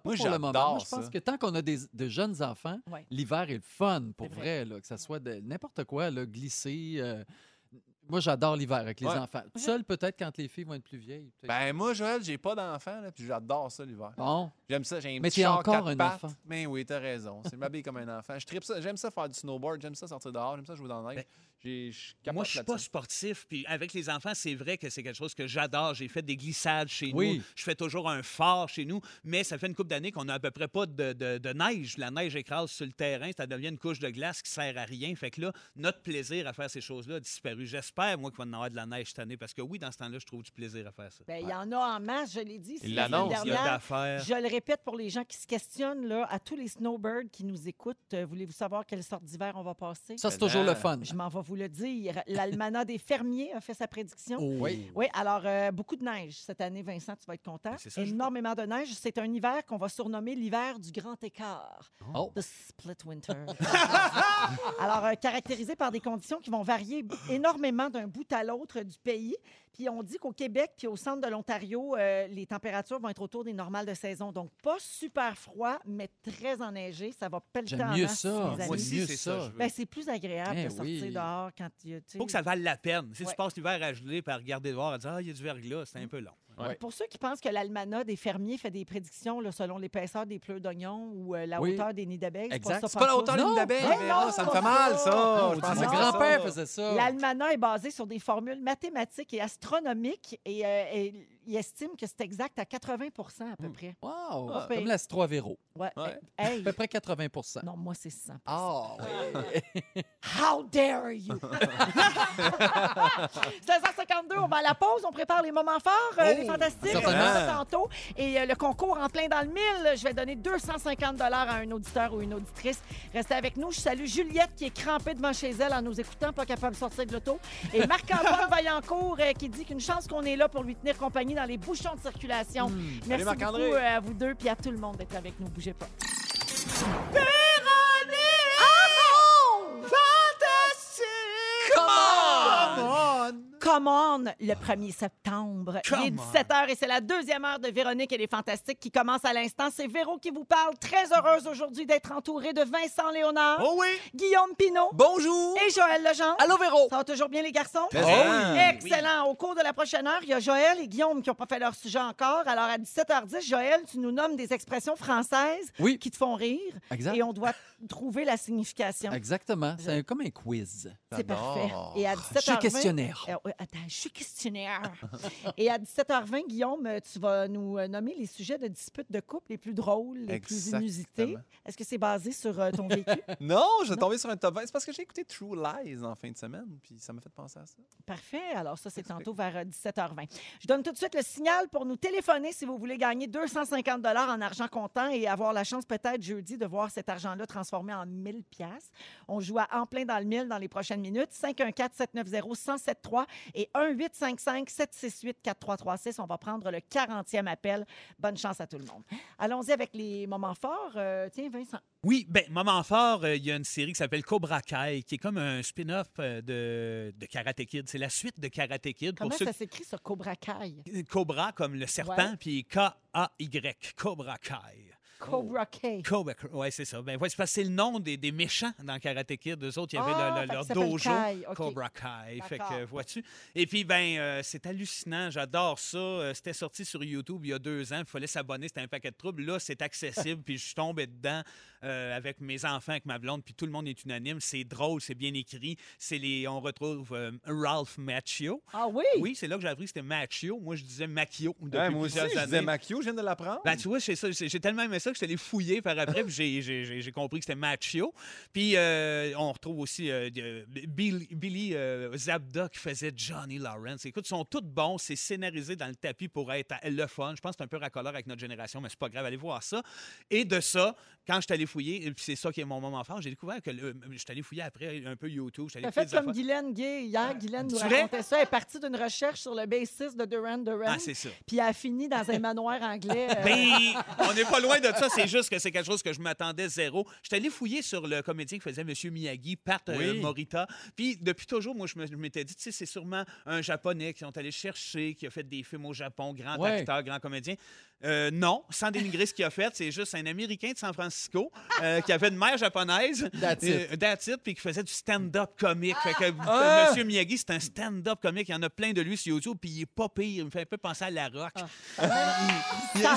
D: Moi,
B: pas pour le
D: j'adore
B: moment. Moi, je
D: ça.
B: pense que tant qu'on a des, de jeunes enfants,
A: Ouais.
B: l'hiver est le fun, pour
A: C'est
B: vrai,
A: vrai.
B: là, que ce soit de n'importe quoi, là, glisser. euh, moi, j'adore l'hiver avec les
D: Ouais.
B: enfants. Seul, peut-être, quand les filles vont être plus vieilles. peut-être.
D: Ben moi, Joël, j'ai pas d'enfant, là, puis j'adore ça l'hiver.
B: bon,
D: J'aime ça, j'ai un
B: Mais
D: petit
B: t'es
D: char
B: encore
D: quatre
B: un
D: pattes.
B: enfant.
D: Ben oui, t'as raison. C'est je m'habille comme un enfant. Je tripe ça. J'aime ça faire du snowboard, j'aime ça sortir dehors, j'aime ça jouer dans la neige. J'ai- Je capote
C: Moi, je suis pas
D: là-dessus.
C: sportif, puis avec les enfants, c'est vrai que c'est quelque chose que j'adore. J'ai fait des glissades chez
B: Oui.
C: nous. Je fais toujours un fort chez nous, mais ça fait une couple d'années qu'on a à peu près pas de, de- de neige. La neige écrase sur le terrain, ça devient une couche de glace qui sert à rien. Fait que là, notre plaisir à faire ces choses-là a disparu. J'espère, moi, qu'il va y en avoir de la neige cette année, parce que oui, dans ce temps-là, je trouve du plaisir à faire ça.
A: Ben, il y en a en masse, je l'ai dit. c'est
D: Il
A: la semaine
D: l'annonce,
C: Il y a
A: dernière.
C: d'affaires.
A: Je le répète pour les gens qui se questionnent, là, à tous les snowbirds qui nous écoutent, euh, voulez-vous savoir quelle sorte d'hiver on va passer?
B: ça, c'est toujours le fun.
A: Je m'en vais vous le dire. L'Almanach des fermiers a fait sa prédiction.
B: Oui.
A: Oui, alors, euh, beaucoup de neige cette année, Vincent, tu vas être content.
C: Mais c'est ça, je
A: Énormément de neige. C'est un hiver qu'on va surnommer l'hiver du grand écart.
B: Oh.
A: The split winter. Alors, euh, caractérisé par des conditions qui vont varier énormément d'un bout à l'autre du pays. Puis on dit qu'au Québec puis au centre de l'Ontario, euh, les températures vont être autour des normales de saison. Donc, pas super froid, mais très enneigé. Ça va pelleter
B: J'aime
A: en
B: mieux
A: masse,
B: ça.
A: mes
B: Moi
A: amis.
B: aussi,
C: mieux
B: c'est
C: ça,
B: ça.
C: je veux.
A: Ben, c'est plus agréable
B: Eh
A: de sortir
B: oui.
A: dehors quand il y a, tu sais,
C: faut que ça vaille la peine. Si
A: Ouais.
C: tu passes l'hiver à geler par regarder dehors, à dire, ah, il y a du verglas, c'est un peu long.
D: Ouais.
A: Pour ceux qui pensent que l'almanach des fermiers fait des prédictions là, selon l'épaisseur des pleurs d'oignons ou euh, la
B: Oui.
A: hauteur des nids d'abeilles, c'est pas
B: Exact.
A: ça
D: C'est pas la
A: pantoute.
D: hauteur d'une
B: Non.
D: abeille,
A: Ouais,
D: Véra,
A: non,
D: oh, ça
A: c'est
D: me
A: pas
D: fait mal,
A: ça.
D: ça.
B: Oh,
D: Je
B: dis,
D: pensais
B: mon
D: que
A: Ah, ça.
B: grand-père faisait ça.
A: L'almanach est basé sur des formules mathématiques et astronomiques et, euh, et il estime que c'est exact à 80 à peu
B: Mm.
A: près.
B: Wow!
A: Ah, ben-
B: Comme la 3 Véro.
A: Ouais.
D: Hmm. Ouais.
A: Hey.
B: À peu près 80
A: Non, moi, c'est 100
B: Ah, oui.
A: How dare you! 16h52, on va à la pause, on prépare les moments forts, euh, les fantastiques, on
B: certainement.
A: fait ça tantôt. Et euh, le concours en plein dans le mille, je vais donner 250 à un auditeur ou une auditrice. Restez avec nous. Je salue Juliette qui est crampée devant chez elle en nous écoutant, pas capable de sortir de l'auto. Et Marc-Antoine Vaillancourt euh, qui dit qu'une chance qu'on est là pour lui tenir compagnie dans les bouchons de circulation. Merci
D: Hmm. Salut,
A: beaucoup
D: Marc-André.
A: euh, à vous deux puis à tout le monde d'être avec nous. Bougez pas. Come on, le 1er septembre. Il est 17h et c'est la deuxième heure de Véronique et les Fantastiques qui commence à l'instant. C'est Véro qui vous parle. Très heureuse aujourd'hui d'être entourée de Vincent Léonard,
D: Oh oui!
A: Guillaume Pinault
D: Bonjour!
A: et Joël Legendre.
B: Allô, Véro! Ben
A: Ça va toujours bien, les garçons?
D: Mais ça.
A: Excellent. Au cours de la prochaine heure, il y a Joël et Guillaume qui n'ont pas fait leur sujet encore. Alors, à 17h10, Joël, tu nous nommes des expressions françaises
B: Oui,
A: qui te font rire
B: exact.
A: et on doit trouver la signification.
B: Exactement. C'est un- comme un quiz.
A: C'est parfait.
D: J'adore.
A: Et à
B: Je suis
A: 17h20,
B: questionnaire.
A: Euh, oui, attends, je suis questionnaire. Et à 17h20, Guillaume, euh, tu vas nous euh, nommer les sujets de disputes de couple les plus drôles, les
D: Exactement.
A: plus inusités. Est-ce que c'est basé sur euh, ton vécu?
D: Non, je suis tombé sur un top 20. C'est parce que j'ai écouté True Lies en fin de semaine, puis ça m'a fait penser à ça.
A: Parfait. Alors, ça, c'est
D: Explique.
A: tantôt vers euh, 17h20. Je donne tout de suite le signal pour nous téléphoner si vous voulez gagner 250 en argent comptant et avoir la chance peut-être jeudi de voir cet argent-là transformé en 1000 pièces. On joue à en plein dans le 1000 dans les prochaines minutes. 514-790-1073 et 1-855-768-4336. On va prendre le 40e appel. Bonne chance à tout le monde. Allons-y avec les moments forts. Euh, tiens, Vincent.
C: Oui, ben moment fort, euh, il y a une série qui s'appelle Cobra Kai, qui est comme un spin-off euh, de, de Karate Kid. C'est la suite de Karate Kid.
A: Comment
C: pour ceux
A: ça s'écrit, ce Cobra Kai?
C: qui- Cobra comme le serpent,
A: Ouais.
C: puis K-A-Y, Cobra Kai.
A: Cobra Kai.
C: Cobra Kai, ouais, c'est ça. Ben, ouais, c'est parce que c'est le nom des, des méchants dans Karate Kid. Eux autres, il y avait
A: Ah,
C: leur-
A: fait
C: leur,
A: qu'ils
C: leur
A: s'appellent
C: dojo.
A: Kai, OK.
C: Cobra Kai. Fait que,
A: D'accord.
C: euh, vois-tu? Et puis, ben, euh, c'est hallucinant. J'adore ça. Euh, C'était sorti sur YouTube il y a deux ans. Il fallait s'abonner. C'était un paquet de troubles. Là, c'est accessible. puis, je suis tombé dedans. euh, avec mes enfants, avec ma blonde, puis tout le monde est unanime. C'est drôle, c'est bien écrit. C'est les, on retrouve euh, Ralph Macchio.
A: Ah oui?
C: Oui, c'est là que j'ai appris que c'était Macchio. Moi, je disais Macchio depuis
D: Ouais, moi aussi,
C: plusieurs
D: je
C: années.
D: disais Macchio, je viens de l'apprendre.
C: Ben, tu vois, c'est ça, c'est- j'ai tellement aimé ça que je suis allé fouiller par après, puis j'ai- j'ai j'ai- j'ai compris que c'était Machio. Puis euh, on retrouve aussi euh, euh, Bill- Billy euh, Zabda qui faisait Johnny Lawrence. Écoute, ils sont tous bons, c'est scénarisé dans le tapis pour être euh, le fun. Je pense que c'est un peu racoleur avec notre génération, mais c'est pas grave, allez voir ça. Et de ça, quand je suis allé fouiller, et puis c'est ça qui est mon moment fort, j'ai découvert que le- je suis allé fouiller après un peu YouTube. j'étais allé fouiller
A: T'as
C: des
A: fait
C: affaires.
A: comme
C: Ah,
A: Guylaine Gay hier. Guylaine nous
C: C'est vrai?
A: racontait ça. Elle est partie d'une recherche sur le bassiste de Duran Duran.
C: Ah, c'est ça.
A: Puis elle a fini dans un manoir anglais. euh,
C: Ben, on n'est pas loin de ça. C'est juste que c'est quelque chose que je m'attendais zéro. J'étais allé fouiller sur le comédien qui faisait Monsieur Miyagi, Pat euh,
D: Oui.
C: Morita. Puis depuis toujours, moi, je me- je m'étais dit, tu sais, c'est sûrement un Japonais qui sont allés chercher, qui a fait des films au Japon, grand
B: Ouais.
C: acteur, grand comédien. Euh, non, sans dénigrer ce qu'il a fait, c'est juste un Américain de San Francisco euh, qui avait une mère japonaise.
B: That's it.
C: Euh, that's it, puis qui faisait du stand-up comique. Fait que
D: Ah!
C: Monsieur Miyagi, c'est un stand-up comique. Il y en a plein de lui sur YouTube, puis il est pas pire. Il me fait un peu penser à La Rock.
A: Ah!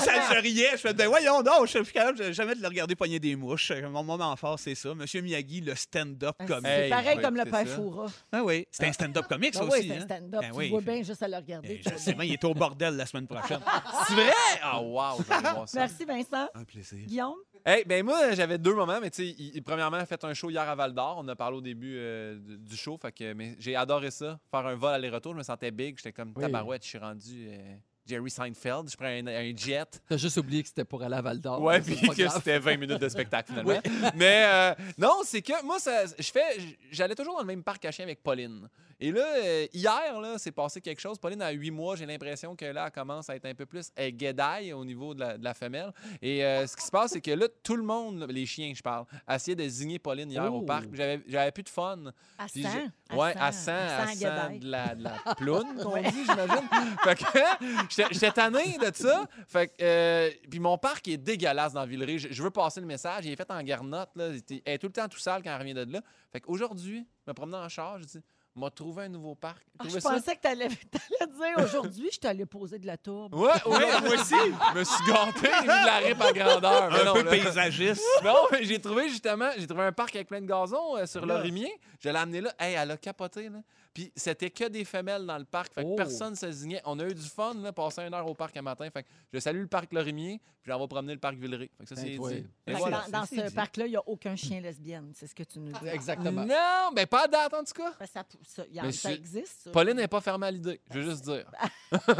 C: Ça, je riais. Je me disais, voyons donc, je suis capable de- jamais de le regarder pogner des mouches. Mon moment fort, c'est ça. Monsieur Miyagi, le stand-up
A: ben,
C: comique.
A: C'est
D: Hey,
A: pareil
D: faut
A: comme le
D: écouter
A: père
D: ça.
A: Foura.
C: Ah oui, c'est un stand-up comique, ça
A: Ben oui,
C: aussi.
A: c'est un
C: hein.
A: stand-up.
C: Ben
A: tu
C: oui.
A: vois bien juste à le regarder.
C: Eh, Je sais bien, il est au bordel la semaine prochaine.
D: C'est vrai? Ah, wow, je vais aller voir ça.
A: Merci, Vincent.
C: Un plaisir.
A: Guillaume?
D: Hey, ben moi, j'avais deux moments, mais tu sais, il- il- premièrement, fait un show hier à Val d'Or. On a parlé au début euh, du du show, fait que mais j'ai adoré ça. Faire un vol aller-retour, je me sentais big. J'étais comme
B: Oui.
D: tabarouette, je suis rendu euh, Jerry Seinfeld. Je prends un, un jet.
B: T'as juste oublié que c'était pour aller à Val d'Or.
D: Ouais,
B: C'est
D: puis
B: pas
D: que
B: grave.
D: c'était 20 minutes de spectacle finalement. Mais euh, non, c'est que moi, ça, je fais, j'allais toujours dans le même parc à chiens avec Pauline. Et là, euh, hier, là, c'est passé quelque chose. Pauline a 8 mois, j'ai l'impression que là, elle commence à être un peu plus euh, guédaille au niveau de la, de la femelle. Et euh, ce qui se passe, c'est que là, tout le monde, là, les chiens, je parle, a essayé de zigner Pauline hier au
B: Oh.
D: parc. puis J'avais, j'avais plus de fun.
A: À
D: Puis
A: 100.
D: j'ai- Ouais, à 100, à 100
A: Guédaille.
D: de la, de la ploune, qu'on dit, j'imagine. fait que j'étais- j'étais tanné de ça. Fait que, euh, puis mon parc est dégueulasse dans Villeray. Je, je veux passer le message. Il est fait en garnotte, là. Il était- Elle est tout le temps tout sale quand elle revient de là. Fait qu'aujourd'hui, me promenant en charge, je dis, m'a trouvé un nouveau parc.
A: Ah,
D: Trouvez
A: je
D: ça?
A: pensais que t'allais t'allais dire aujourd'hui, je t'allais poser de la tourbe.
D: Ouais, ouais, moi aussi. Je me suis gâté, j'ai mis de la rip à grandeur. Mais
C: Un
D: Ah non,
C: peu
D: là.
C: paysagiste.
D: Non, mais j'ai trouvé justement, j'ai trouvé un parc avec plein de gazon euh, sur l'orimier. Je l'ai amené là. Hey, elle a capoté, là. Puis c'était que des femelles dans le parc. Fait que
B: Oh.
D: personne se zignait. On a eu du fun, là, passer une heure au parc un matin. Fait que je salue le parc Lorimier, puis j'en vais promener le parc Villeray. Fait que ça, c'est dit. Et
B: Incroyable.
C: Eh
A: Fait que
D: voilà.
A: dans- dans
B: c'est
A: ce
B: dit.
A: parc-là, il n'y a aucun chien lesbienne. C'est ce que tu nous dis.
B: Exactement.
D: Non, mais pas à date, en tout cas.
A: Ben, Ça, ça- il y en-
D: Ah. Mais
A: ça
D: c'est-
A: existe, ça.
D: Pauline n'est pas fermée à l'idée, je veux juste dire.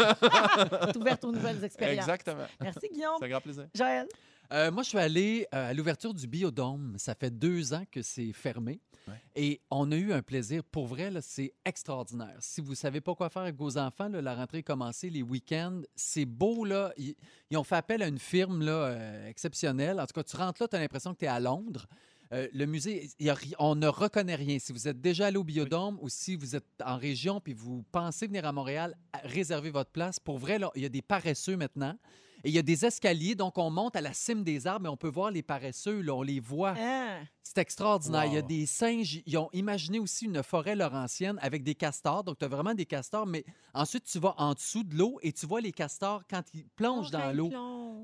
A: T'es ouverte aux nouvelles expériences.
D: Exactement.
A: Merci, Guillaume.
D: C'est un grand plaisir.
A: Joël?
B: Euh, moi, je suis allé euh, à l'ouverture du Biodôme. Ça fait deux ans que c'est fermé.
D: Ouais.
B: Et on a eu un plaisir. Pour vrai, là, c'est extraordinaire. Si vous savez pas quoi faire avec vos enfants, là, la rentrée est commencée, les week-ends, c'est beau. Là. Ils, ils ont fait appel à une firme là, euh, exceptionnelle. En tout cas, tu rentres là, tu as l'impression que tu es à Londres. Euh, le musée, il y a ri- on ne reconnaît rien. Si vous êtes déjà allé au Biodôme ou si vous êtes en région puis vous pensez venir à Montréal, à- réservez votre place. Pour vrai, là, il y a des paresseux maintenant. Et il y a des escaliers, donc on monte à la cime des arbres et on peut voir les paresseux, là, on les
D: Ah.
B: voit.
A: Hein?
B: C'est extraordinaire. Il y a
D: Wow.
B: des singes, ils ont imaginé aussi une forêt laurentienne avec des castors, donc tu as vraiment des castors, mais ensuite tu vas en dessous de l'eau et tu vois les castors quand ils plongent dans l'eau.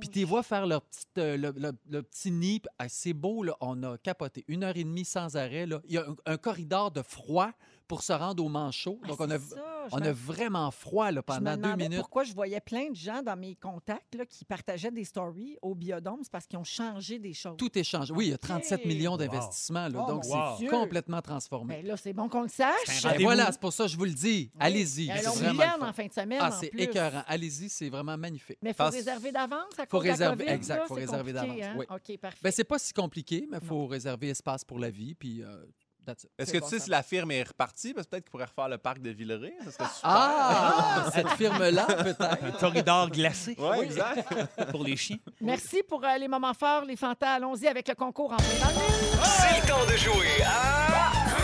B: Puis tu les vois faire leur petite, euh, le, le- le petit nid. Puis, ah, c'est beau, là. on a capoté. Une heure et demie sans arrêt. Là. Il y a un, un corridor de froid pour se rendre au manchot.
A: Ah,
B: Donc, on a,
A: c'est ça, je
B: on
A: me-
B: a vraiment froid là,
A: je me
B: pendant deux
A: demandais
B: minutes.
A: Pourquoi je voyais plein de gens dans mes contacts là, qui partageaient des stories au biodôme, c'est parce qu'ils ont changé des choses.
B: Tout est changé. Oui, il y a 37 millions d'investissements. là.
A: Oh,
B: donc,
A: mon
B: c'est
A: Dieu.
B: complètement transformé.
A: Mais Ben là, c'est bon qu'on le sache.
C: C'est un
B: Et
C: rendez-vous.
B: Ben, voilà, c'est pour ça que je vous le dis. Allez-y.
A: Elles
B: c'est
A: ont
B: vraiment
A: week-end
B: le fun.
A: en fin de semaine.
B: Ah,
A: en
B: c'est
A: plus.
B: écœurant. Allez-y, c'est vraiment magnifique.
A: Mais il faut
B: Parce-
A: réserver d'avance à
B: Faut
A: cause de la
B: réserver-
A: COVID,
B: exact,
A: là,
B: faut
A: c'est
B: réserver
A: compliqué,
B: d'avance,
A: hein? OK, parfait.
B: Ben, c'est pas si compliqué, mais il faut réserver espace pour la vie. Puis, euh, that's it.
D: Est-ce
A: C'est
D: que
A: bon,
D: tu sais
A: ça.
D: si la firme est repartie? Parce que peut-être qu'ils pourraient refaire le parc de Villeray. Ça serait super.
B: Ah! cette firme-là, peut-être.
C: Un corridor glacé
D: Ouais, exact.
C: pour les chiens.
A: Merci pour euh, les moments forts, les fantas. Allons-y avec le concours en plein dans le mille.
E: C'est le temps de jouer à...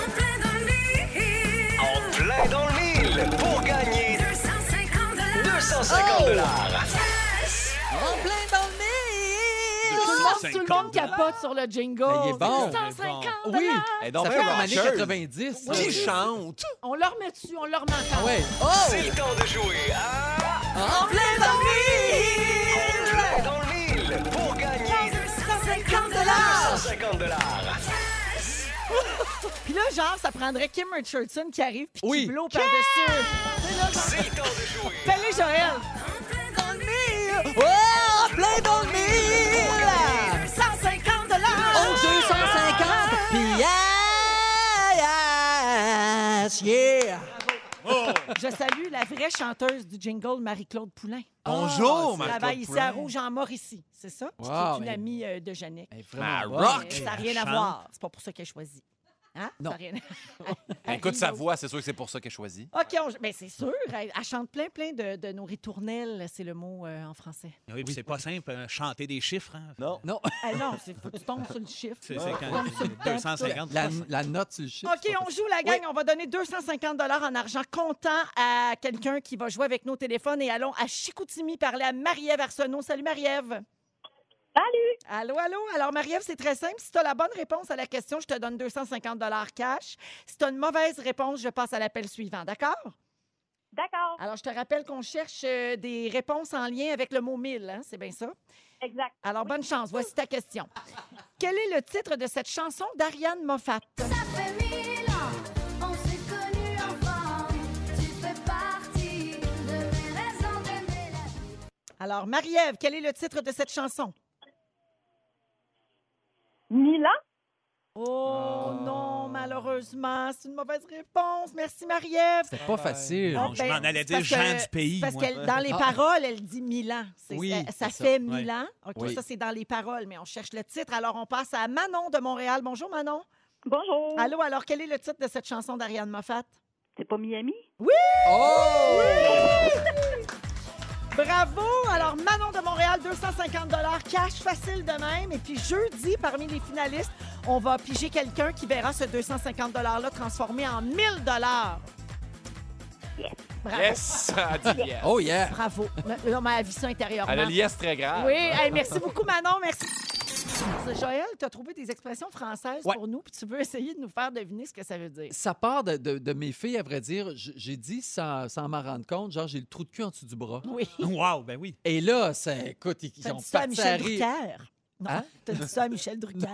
E: En plein dans le mille pour gagner 250 dollars.
A: Tout le monde, tout le
C: 250
A: monde capote sur le jingle.
B: Ben, il est bon.
A: 150
D: Elle
B: Oui,
D: est Eh donc ben,
B: ça fait
D: bien
B: comme années
D: rocheuse.
B: 90. ça.
D: Qui chante?
A: On leur remet dessus, on leur remet
B: Ah
A: encore.
B: ouais.
E: C'est le temps de jouer à... En plein dans le mille pour gagner 250 150
A: Puis là, genre, ça prendrait Kim Richardson qui arrive puis
B: Oui.
A: qui blow par-dessus.
E: C'est le temps de jouer.
A: Salut, Joël!
F: Oh, plein dans le mille! 150 Oh, 250! Puis yes, yeah!
A: Je salue la vraie chanteuse du jingle, Marie-Claude Poulain.
D: Bonjour,
A: Elle
D: Marie-Claude
A: travaille ici
D: Poulain.
A: à Rouge en Mauricie, c'est ça? Puis qui
B: Wow,
A: est une
B: mais-
A: amie euh, de Jannick.
B: Elle est
D: Ma
B: vraiment bonne.
D: rock!
A: Mais ça n'a
C: elle
A: rien à
C: chante.
A: voir. C'est pas pour ça qu'elle est choisie. Hein? Ça a
B: Non.
A: rien à-
D: Ben, Écoute sa voix, c'est sûr que c'est pour ça qu'elle choisit.
A: OK, on... ben, c'est sûr. Elle, elle chante plein, plein de, de nos ritournelles, c'est le mot euh, en français.
C: Oui, puis c'est pas simple, euh, chanter des chiffres. hein.
B: Non,
A: Ah non, c'est- faut que tu tombes sur le chiffre.
C: C'est
A: là.
C: c'est quand
A: Tombe sur le temps, puis tout.
C: 250.
B: la, la note sur le chiffre.
A: OK, on joue la gang. On va donner 250 en argent comptant à quelqu'un qui va jouer avec nos téléphones. Et allons à Chicoutimi parler à Marie-Ève Arsenault. Salut, Marie-Ève.
G: Salut!
A: Allô, allô. Alors, Marie-Ève, c'est très simple. Si tu as la bonne réponse à la question, je te donne 250 cash. Si tu as une mauvaise réponse, je passe à l'appel suivant, d'accord?
G: D'accord,
A: Alors, je te rappelle qu'on cherche euh, des réponses en lien avec le mot 1000, hein? c'est bien ça?
G: exact.
A: Alors, bonne chance. Voici ta question. Quel est le titre de cette chanson d'Ariane Moffat?
H: Ça fait mille ans, on s'est connus enfant. Tu fais partie de mes raisons d'aimer la vie.
A: Alors, Marie-Ève, quel est le titre de cette chanson?
G: Milan?
A: Oh non, malheureusement, c'est une mauvaise réponse. Merci, Marie-Ève.
B: C'était pas facile.
A: Ah,
C: Non, je
A: ben,
C: m'en allais
A: c'est
C: dire
A: parce
C: gens
A: que-
C: du pays,
A: c'est Parce
C: moi.
A: que dans les paroles, elle dit Milan. C'est-
B: Oui,
A: ça- ça,
B: c'est ça.
A: fait
C: Ouais.
A: Milan. OK,
B: Oui.
A: ça, c'est dans les paroles, mais on cherche le titre. Alors, on passe à Manon de Montréal. Bonjour, Manon.
G: Bonjour.
A: Allô, alors, quel est le titre de cette chanson d'Ariane Moffat?
G: C'est pas Miami?
B: Oh!
A: Bravo! Alors, Manon de Montréal, 250 cash, facile de même. Et puis, jeudi, parmi les finalistes, on va piger quelqu'un qui verra ce 250 $-là transformé en 1000 Bravo.
D: Yes! Elle dit yes.
B: Oh yeah!
A: Bravo. Là, on m'a avisé intérieurement.
D: Elle a le yes très grave.
A: Oui, hey, merci beaucoup, Manon. Merci. Joël, tu as trouvé des expressions françaises
B: Ouais.
A: pour nous, puis tu veux essayer de nous faire deviner ce que ça veut dire.
B: Ça part de, de- de mes filles, à vrai dire. J- J'ai dit sans, sans m'en rendre compte, genre j'ai le trou de cul en dessous du bras.
A: Oui.
C: Wow, ben oui.
B: Et là, ça, écoute, ils, ils
A: T'as
B: ont
A: dit ça à
B: parti à
A: Michel
B: rire.
A: Drucker? Non.
B: Hein?
A: T'as dit ça à Michel Drucker?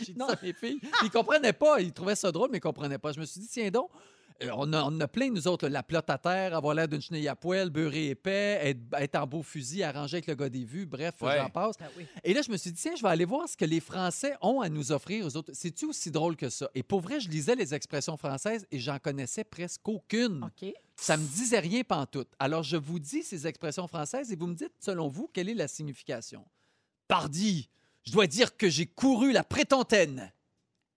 B: J'ai dit
A: Non.
B: ça à mes filles. Ils comprenaient pas. Ils trouvaient ça drôle, mais ils comprenaient pas. Je me suis dit, tiens donc, euh, on, a- on en a plein, nous autres, là, la plotte à terre, avoir l'air d'une chenille à poêle, beurrer épais, être, être en beau fusil, arrangé avec le gars des vues, bref,
D: Ouais.
B: j'en passe.
A: Ben oui.
B: Et là, je me suis dit, tiens, je vais aller voir ce que les Français ont à nous offrir, aux autres. C'est-tu aussi drôle que ça? Et pour vrai, je lisais les expressions françaises et j'en connaissais presque aucune.
A: OK.
B: Ça me disait rien pantoute. Alors, je vous dis ces expressions françaises et vous me dites, selon vous, quelle est la signification? Pardi, je dois dire que j'ai couru la prétentaine.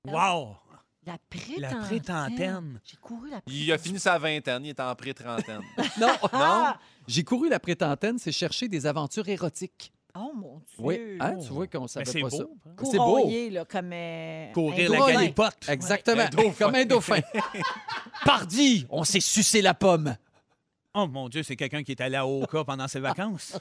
C: Wow!
A: La
C: La
A: prétentaine.
C: prétentaine.
A: J'ai couru la
D: Il a fini sa vingtaine, il est en pré-trentaine.
B: Non,
D: non?
B: j'ai couru la prétentaine, c'est chercher des aventures érotiques.
A: Oh mon Dieu.
B: Oui, hein, tu vois qu'on
C: Ben,
B: savait
C: c'est
B: pas
C: beau.
B: ça.
A: hein?
B: C'est beau.
A: Courroyer, là, comme. euh,
C: Courir
A: un
C: la
A: dauphin.
C: galipote.
B: Exactement,
D: Un dauphin.
B: comme un dauphin. Pardi, on s'est sucé la pomme.
C: Oh mon Dieu, c'est quelqu'un qui est allé à Oka pendant
A: Ah.
C: ses vacances.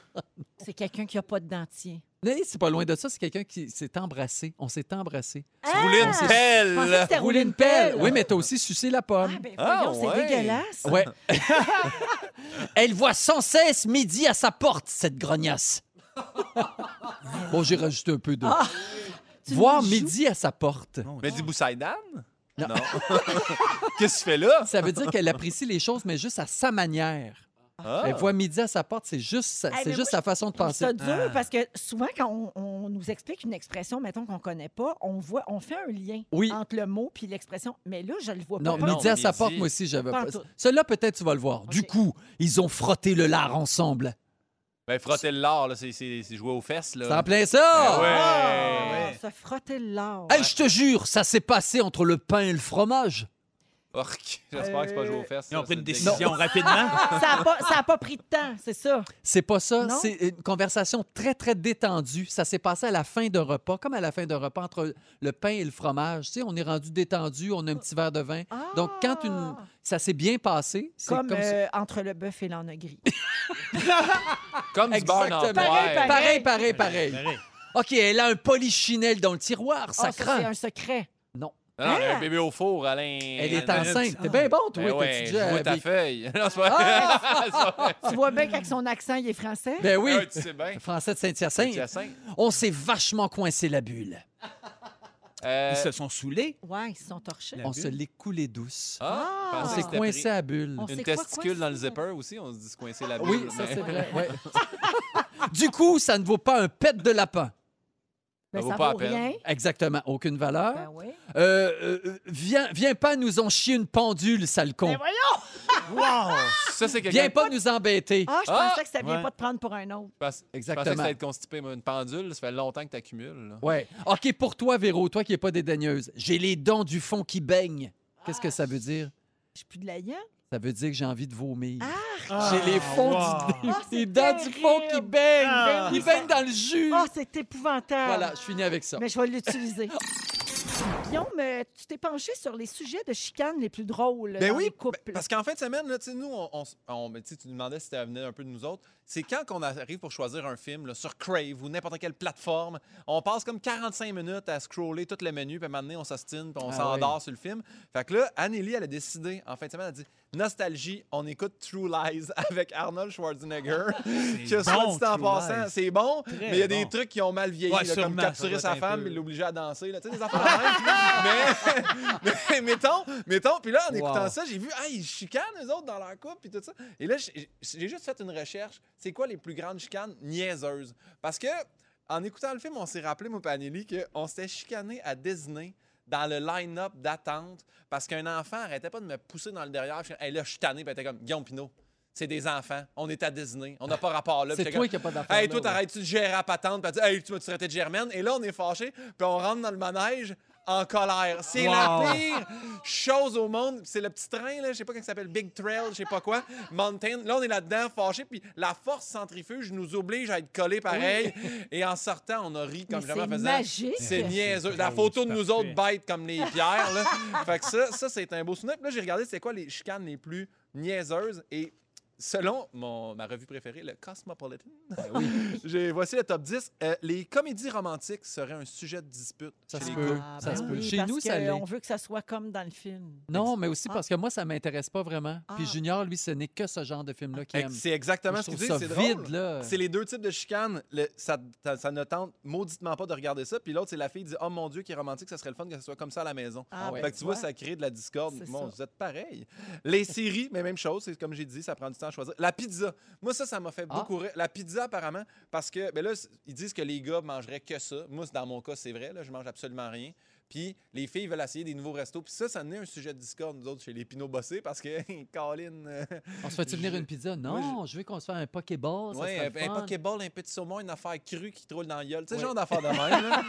A: C'est quelqu'un qui n'a pas de dentier.
B: Mais c'est pas loin de ça, c'est quelqu'un qui s'est embrassé. On s'est embrassé.
D: Tu voulais une
A: Ah! Je pensais que
D: pelle!
A: c'était rouler une
B: Oui, mais t'as aussi sucé la
A: Ah,
B: pomme.
A: ben, voyons,
D: Ah,
A: c'est
D: ouais.
A: dégueulasse.
B: Ouais. Elle voit sans cesse midi à sa porte, cette grognasse. bon, j'ai rajouté un peu de.
A: Ah, tu
B: Voir
A: nous joues.
B: midi à sa porte.
D: Mais dis Boussaïdan?
B: Non.
D: Non. Qu'est-ce que tu fais là?
B: Ça veut dire qu'elle apprécie les choses, mais juste à sa manière.
D: Ah.
B: Elle voit midi à sa porte, c'est juste, sa-
A: Eh,
B: c'est
A: mais
B: juste
A: moi,
B: sa façon de
A: Je trouve
B: penser.
A: ça dur parce que souvent, quand on, on nous explique une expression, mettons qu'on ne connaît pas, on, voit, on fait un lien
B: Oui.
A: entre le mot puis l'expression. Mais là, je le vois
B: Non,
A: Ah, pas.
D: non,
B: midi à sa
D: midi.
B: porte, moi aussi, j'avais
A: Pas
B: pas.
A: en tout. Ah,
B: Celui-là, peut-être, tu vas le voir. Du
A: Ok.
B: coup, ils ont frotté le lard ensemble.
D: Ben, frotter le lard, là, c'est- c'est c'est jouer aux fesses.
B: C'est
D: Là.
B: en plein ça!
D: Ah ouais.
A: Ah,
D: ouais.
A: Se frotter le lard.
B: Hey, je te jure, ça s'est passé entre le pain et le fromage.
D: Orc, J'espère que c'est pas jouer aux fesses.
C: Ils
D: ça,
C: ont pris
D: c'est
C: une
D: dégueu.
C: décision rapidement.
A: Ça n'a pas, ça a pas pris de temps, c'est ça.
B: C'est pas ça.
A: Non?
B: C'est une conversation très, très détendue. Ça s'est passé à la fin d'un repas, comme à la fin d'un repas entre le pain et le fromage. Tu sais, on est rendu détendu, on a un petit verre de vin. Donc, quand une...
A: Ah!
B: ça s'est bien passé, c'est
A: Comme,
B: comme, ça.
A: euh, entre le bœuf et l'en gris.
D: Comme du beurre dans le
B: Exactement.
D: poire.
A: Pareil,
B: Pareil,
C: Ben,
B: pareil, pareil.
C: Pareil.
B: OK, elle a un polichinelle dans le tiroir, ça
A: Ah, ça, c'est
B: craint.
A: un secret.
B: Non.
D: Non, non, elle
A: Ah!
D: a un bébé au four, Alain.
B: Elle est enceinte. T'es bien bon, toi,
D: Ben
B: t'as
D: ouais,
B: dit,
D: je vois ta
B: Jack.
D: feuille. Non, c'est
B: Ah!
D: pas c'est pas vrai.
F: Tu vois bien qu'avec son accent, il est français.
B: Ben oui,
D: Ah, tu sais bien.
B: français de
D: C'est
B: Saint-Hyacinthe.
D: Hyacinthe.
B: On s'est vachement coincé la bulle.
D: Euh,
C: Ils se sont saoulés.
F: Ouais, ils se sont torchés.
C: La
B: on
C: bulle?
B: se l'est coulé douce.
F: Ah.
D: Ah, je
B: on
D: pensais
B: s'est
D: que c'était
B: coincé
D: pris.
B: à la bulle.
F: On-
D: Une
F: C'est quoi,
D: testicule
F: quoi,
D: dans le
F: ça?
D: zipper aussi, on se dit se coincer la bulle.
B: Oui, ça
D: mais-
B: c'est vrai. ouais. du coup, ça ne vaut pas un pet de lapin.
F: Ben,
D: vaut
F: ça
D: pas
F: vaut
D: la peine. Ah.
F: rien.
B: Exactement, aucune
F: Ben
B: valeur.
F: oui.
B: Euh, euh, viens, viens pas nous en chier une pendule, sale con.
F: Ben voyons!
C: Wow!
D: Ça, c'est quelqu'un.
B: Viens pas nous embêter.
F: Ah, je
D: Ah!
F: pensais que ça vient
D: Ouais.
F: pas de prendre pour un autre.
D: Je pense- je pensais que
B: Exactement.
D: ça être constipé, mais une pendule, ça fait longtemps que t'accumules. là.
B: Ouais. OK, pour toi, Véro, toi qui n'es pas dédaigneuse, j'ai les dents du fond qui baignent. Qu'est-ce que ça veut dire?
F: Je suis plus de la hyène.
B: Ça veut dire que j'ai envie de vomir.
C: Ah,
B: j'ai les fonds
C: wow.
B: du,
F: Ah, c'est
B: les dents du fond qui
F: terrible.
B: baignent.
C: Ah.
B: Ils baignent dans le jus.
D: Euh.
F: Ah, c'est épouvantable.
B: Voilà, je finis avec ça.
F: Mais je vais l'utiliser. Guillaume, euh, tu t'es penché sur les sujets de chicane les plus drôles
D: Ben
F: dans
D: oui,
F: les couples.
D: ben, parce qu'en fin de semaine, là, tu sais, nous, on, on s- on- ben, tu sais, tu nous demandais si ça venait un peu de nous autres. C'est quand qu'on arrive pour choisir un film là, sur Crave ou n'importe quelle plateforme, on passe comme 45 minutes à scroller tout le menu, puis maintenant on s'ostine, puis on
B: Ah
D: s'endort sur le film. Fait que là, Anneli, elle a décidé, en fin de semaine, elle a dit Nostalgie, on écoute True Lies avec Arnold Schwarzenegger. que soit
C: bon,
D: dit en
C: True
D: passant,
C: Lies.
D: c'est bon, mais il y a des
C: bon.
D: trucs qui ont mal vieilli,
C: Ouais,
D: là, comme
C: sûrement, ça
D: capturer
C: doit être
D: sa
C: un
D: femme
C: peu-
D: et l'obliger à danser. là. Tu sais, des affaires de même. mais, mais mettons, mettons, puis là, en écoutant
B: Wow.
D: ça, j'ai vu, ah, ils chicanent, eux autres, dans leur couple, puis tout ça. Et là, j'ai j'ai juste fait une recherche. C'est quoi les plus grandes chicanes niaiseuses? Parce que, en écoutant le film, on s'est rappelé, moi, Panelli, qu'on s'était chicané à Disney dans le line-up d'attente parce qu'un enfant arrêtait pas de me pousser dans le derrière. Je hey, là, je suis tanné, puis elle était comme, Guillaume Pinot, c'est des enfants, on est à Disney, on n'a pas rapport là. Puis
B: C'est
D: j'étais
B: toi
D: comme,
B: qui n'as pas d'affaire.
D: Hey,
B: là,
D: toi,
B: ouais.
D: t'arrêtes-tu de gérer à patente? Puis elle dit, hey, tu m'as-tu traité de Germaine? Et là, on est fâché, puis on rentre dans le manège en colère. C'est la
C: Wow.
D: pire chose au monde. C'est le petit train, là, je sais pas comment il s'appelle, Big Trail, je sais pas quoi, Mountain. Là, on est là-dedans, fâché, puis la force centrifuge nous oblige à être collés pareil. Et en sortant, on a ri comme
F: Mais
D: jamais en
F: c'est
D: faisant.
F: magique.
D: C'est niaiseux.
C: c'est
D: La
C: drôle,
D: photo de
C: c'est
D: nous autres
C: parfait.
D: bêtes comme les pierres, là. fait que ça, ça c'est un beau souvenir. Puis là, j'ai regardé c'est quoi les chicanes les plus niaiseuses et selon mon, ma revue préférée, le Cosmopolitan,
B: Ben
D: j'ai, voici le top 10. Euh, les comédies romantiques seraient un sujet de dispute.
B: Ça
D: chez
B: se
D: les
B: peut.
D: couples.
B: Ça
F: ben
B: se peut.
F: oui,
B: Chez
F: parce
B: nous,
F: que
B: ça l'est.
F: On veut que ça soit comme dans le film.
B: Non, mais aussi
F: Ah.
B: parce que moi, ça m'intéresse pas vraiment. Puis
F: Ah.
B: Junior, lui, ce n'est que ce genre de film-là qu'il aime.
D: Ex- C'est exactement
B: Moi,
D: ce que
B: je
D: tu
B: trouve
D: dis.
B: ça
D: C'est
B: vide,
D: drôle.
B: là.
D: C'est les deux types de chicanes. Le- ça, ça- ça ne tente mauditement pas de regarder ça. Puis l'autre, c'est la fille qui dit Oh mon Dieu, qui est romantique, ça serait le fun que ce soit comme ça à la maison.
F: Ah,
B: ouais.
D: Fait que tu vois, ça crée de la discorde.
F: C'est
D: Bon,
F: ça.
D: vous êtes pareil. Les séries, mais même chose, c'est comme j'ai dit, ça prend du temps à choisir. La pizza. Moi, ça, ça m'a fait
B: Ah.
D: beaucoup rire. La pizza, apparemment, parce que, ben là, c- ils disent que les gars mangeraient que ça. Moi, c'est- dans mon cas, c'est vrai, là, je mange absolument rien. Puis les filles veulent essayer des nouveaux restos. Puis ça, ça n'est un sujet de discorde, nous autres, chez les Pinot Bossés, parce que, Colin. euh,
B: On se fait-tu venir
D: Je-
B: une pizza? Non, je... veux qu'on se fasse un Pokéball. ça
D: Ouais,
B: serait
D: un,
B: le fun.
D: un Pokéball, un petit saumon, une affaire crue qui troule dans la gueule. Tu sais,
B: Ouais.
D: genre d'affaire de même. là.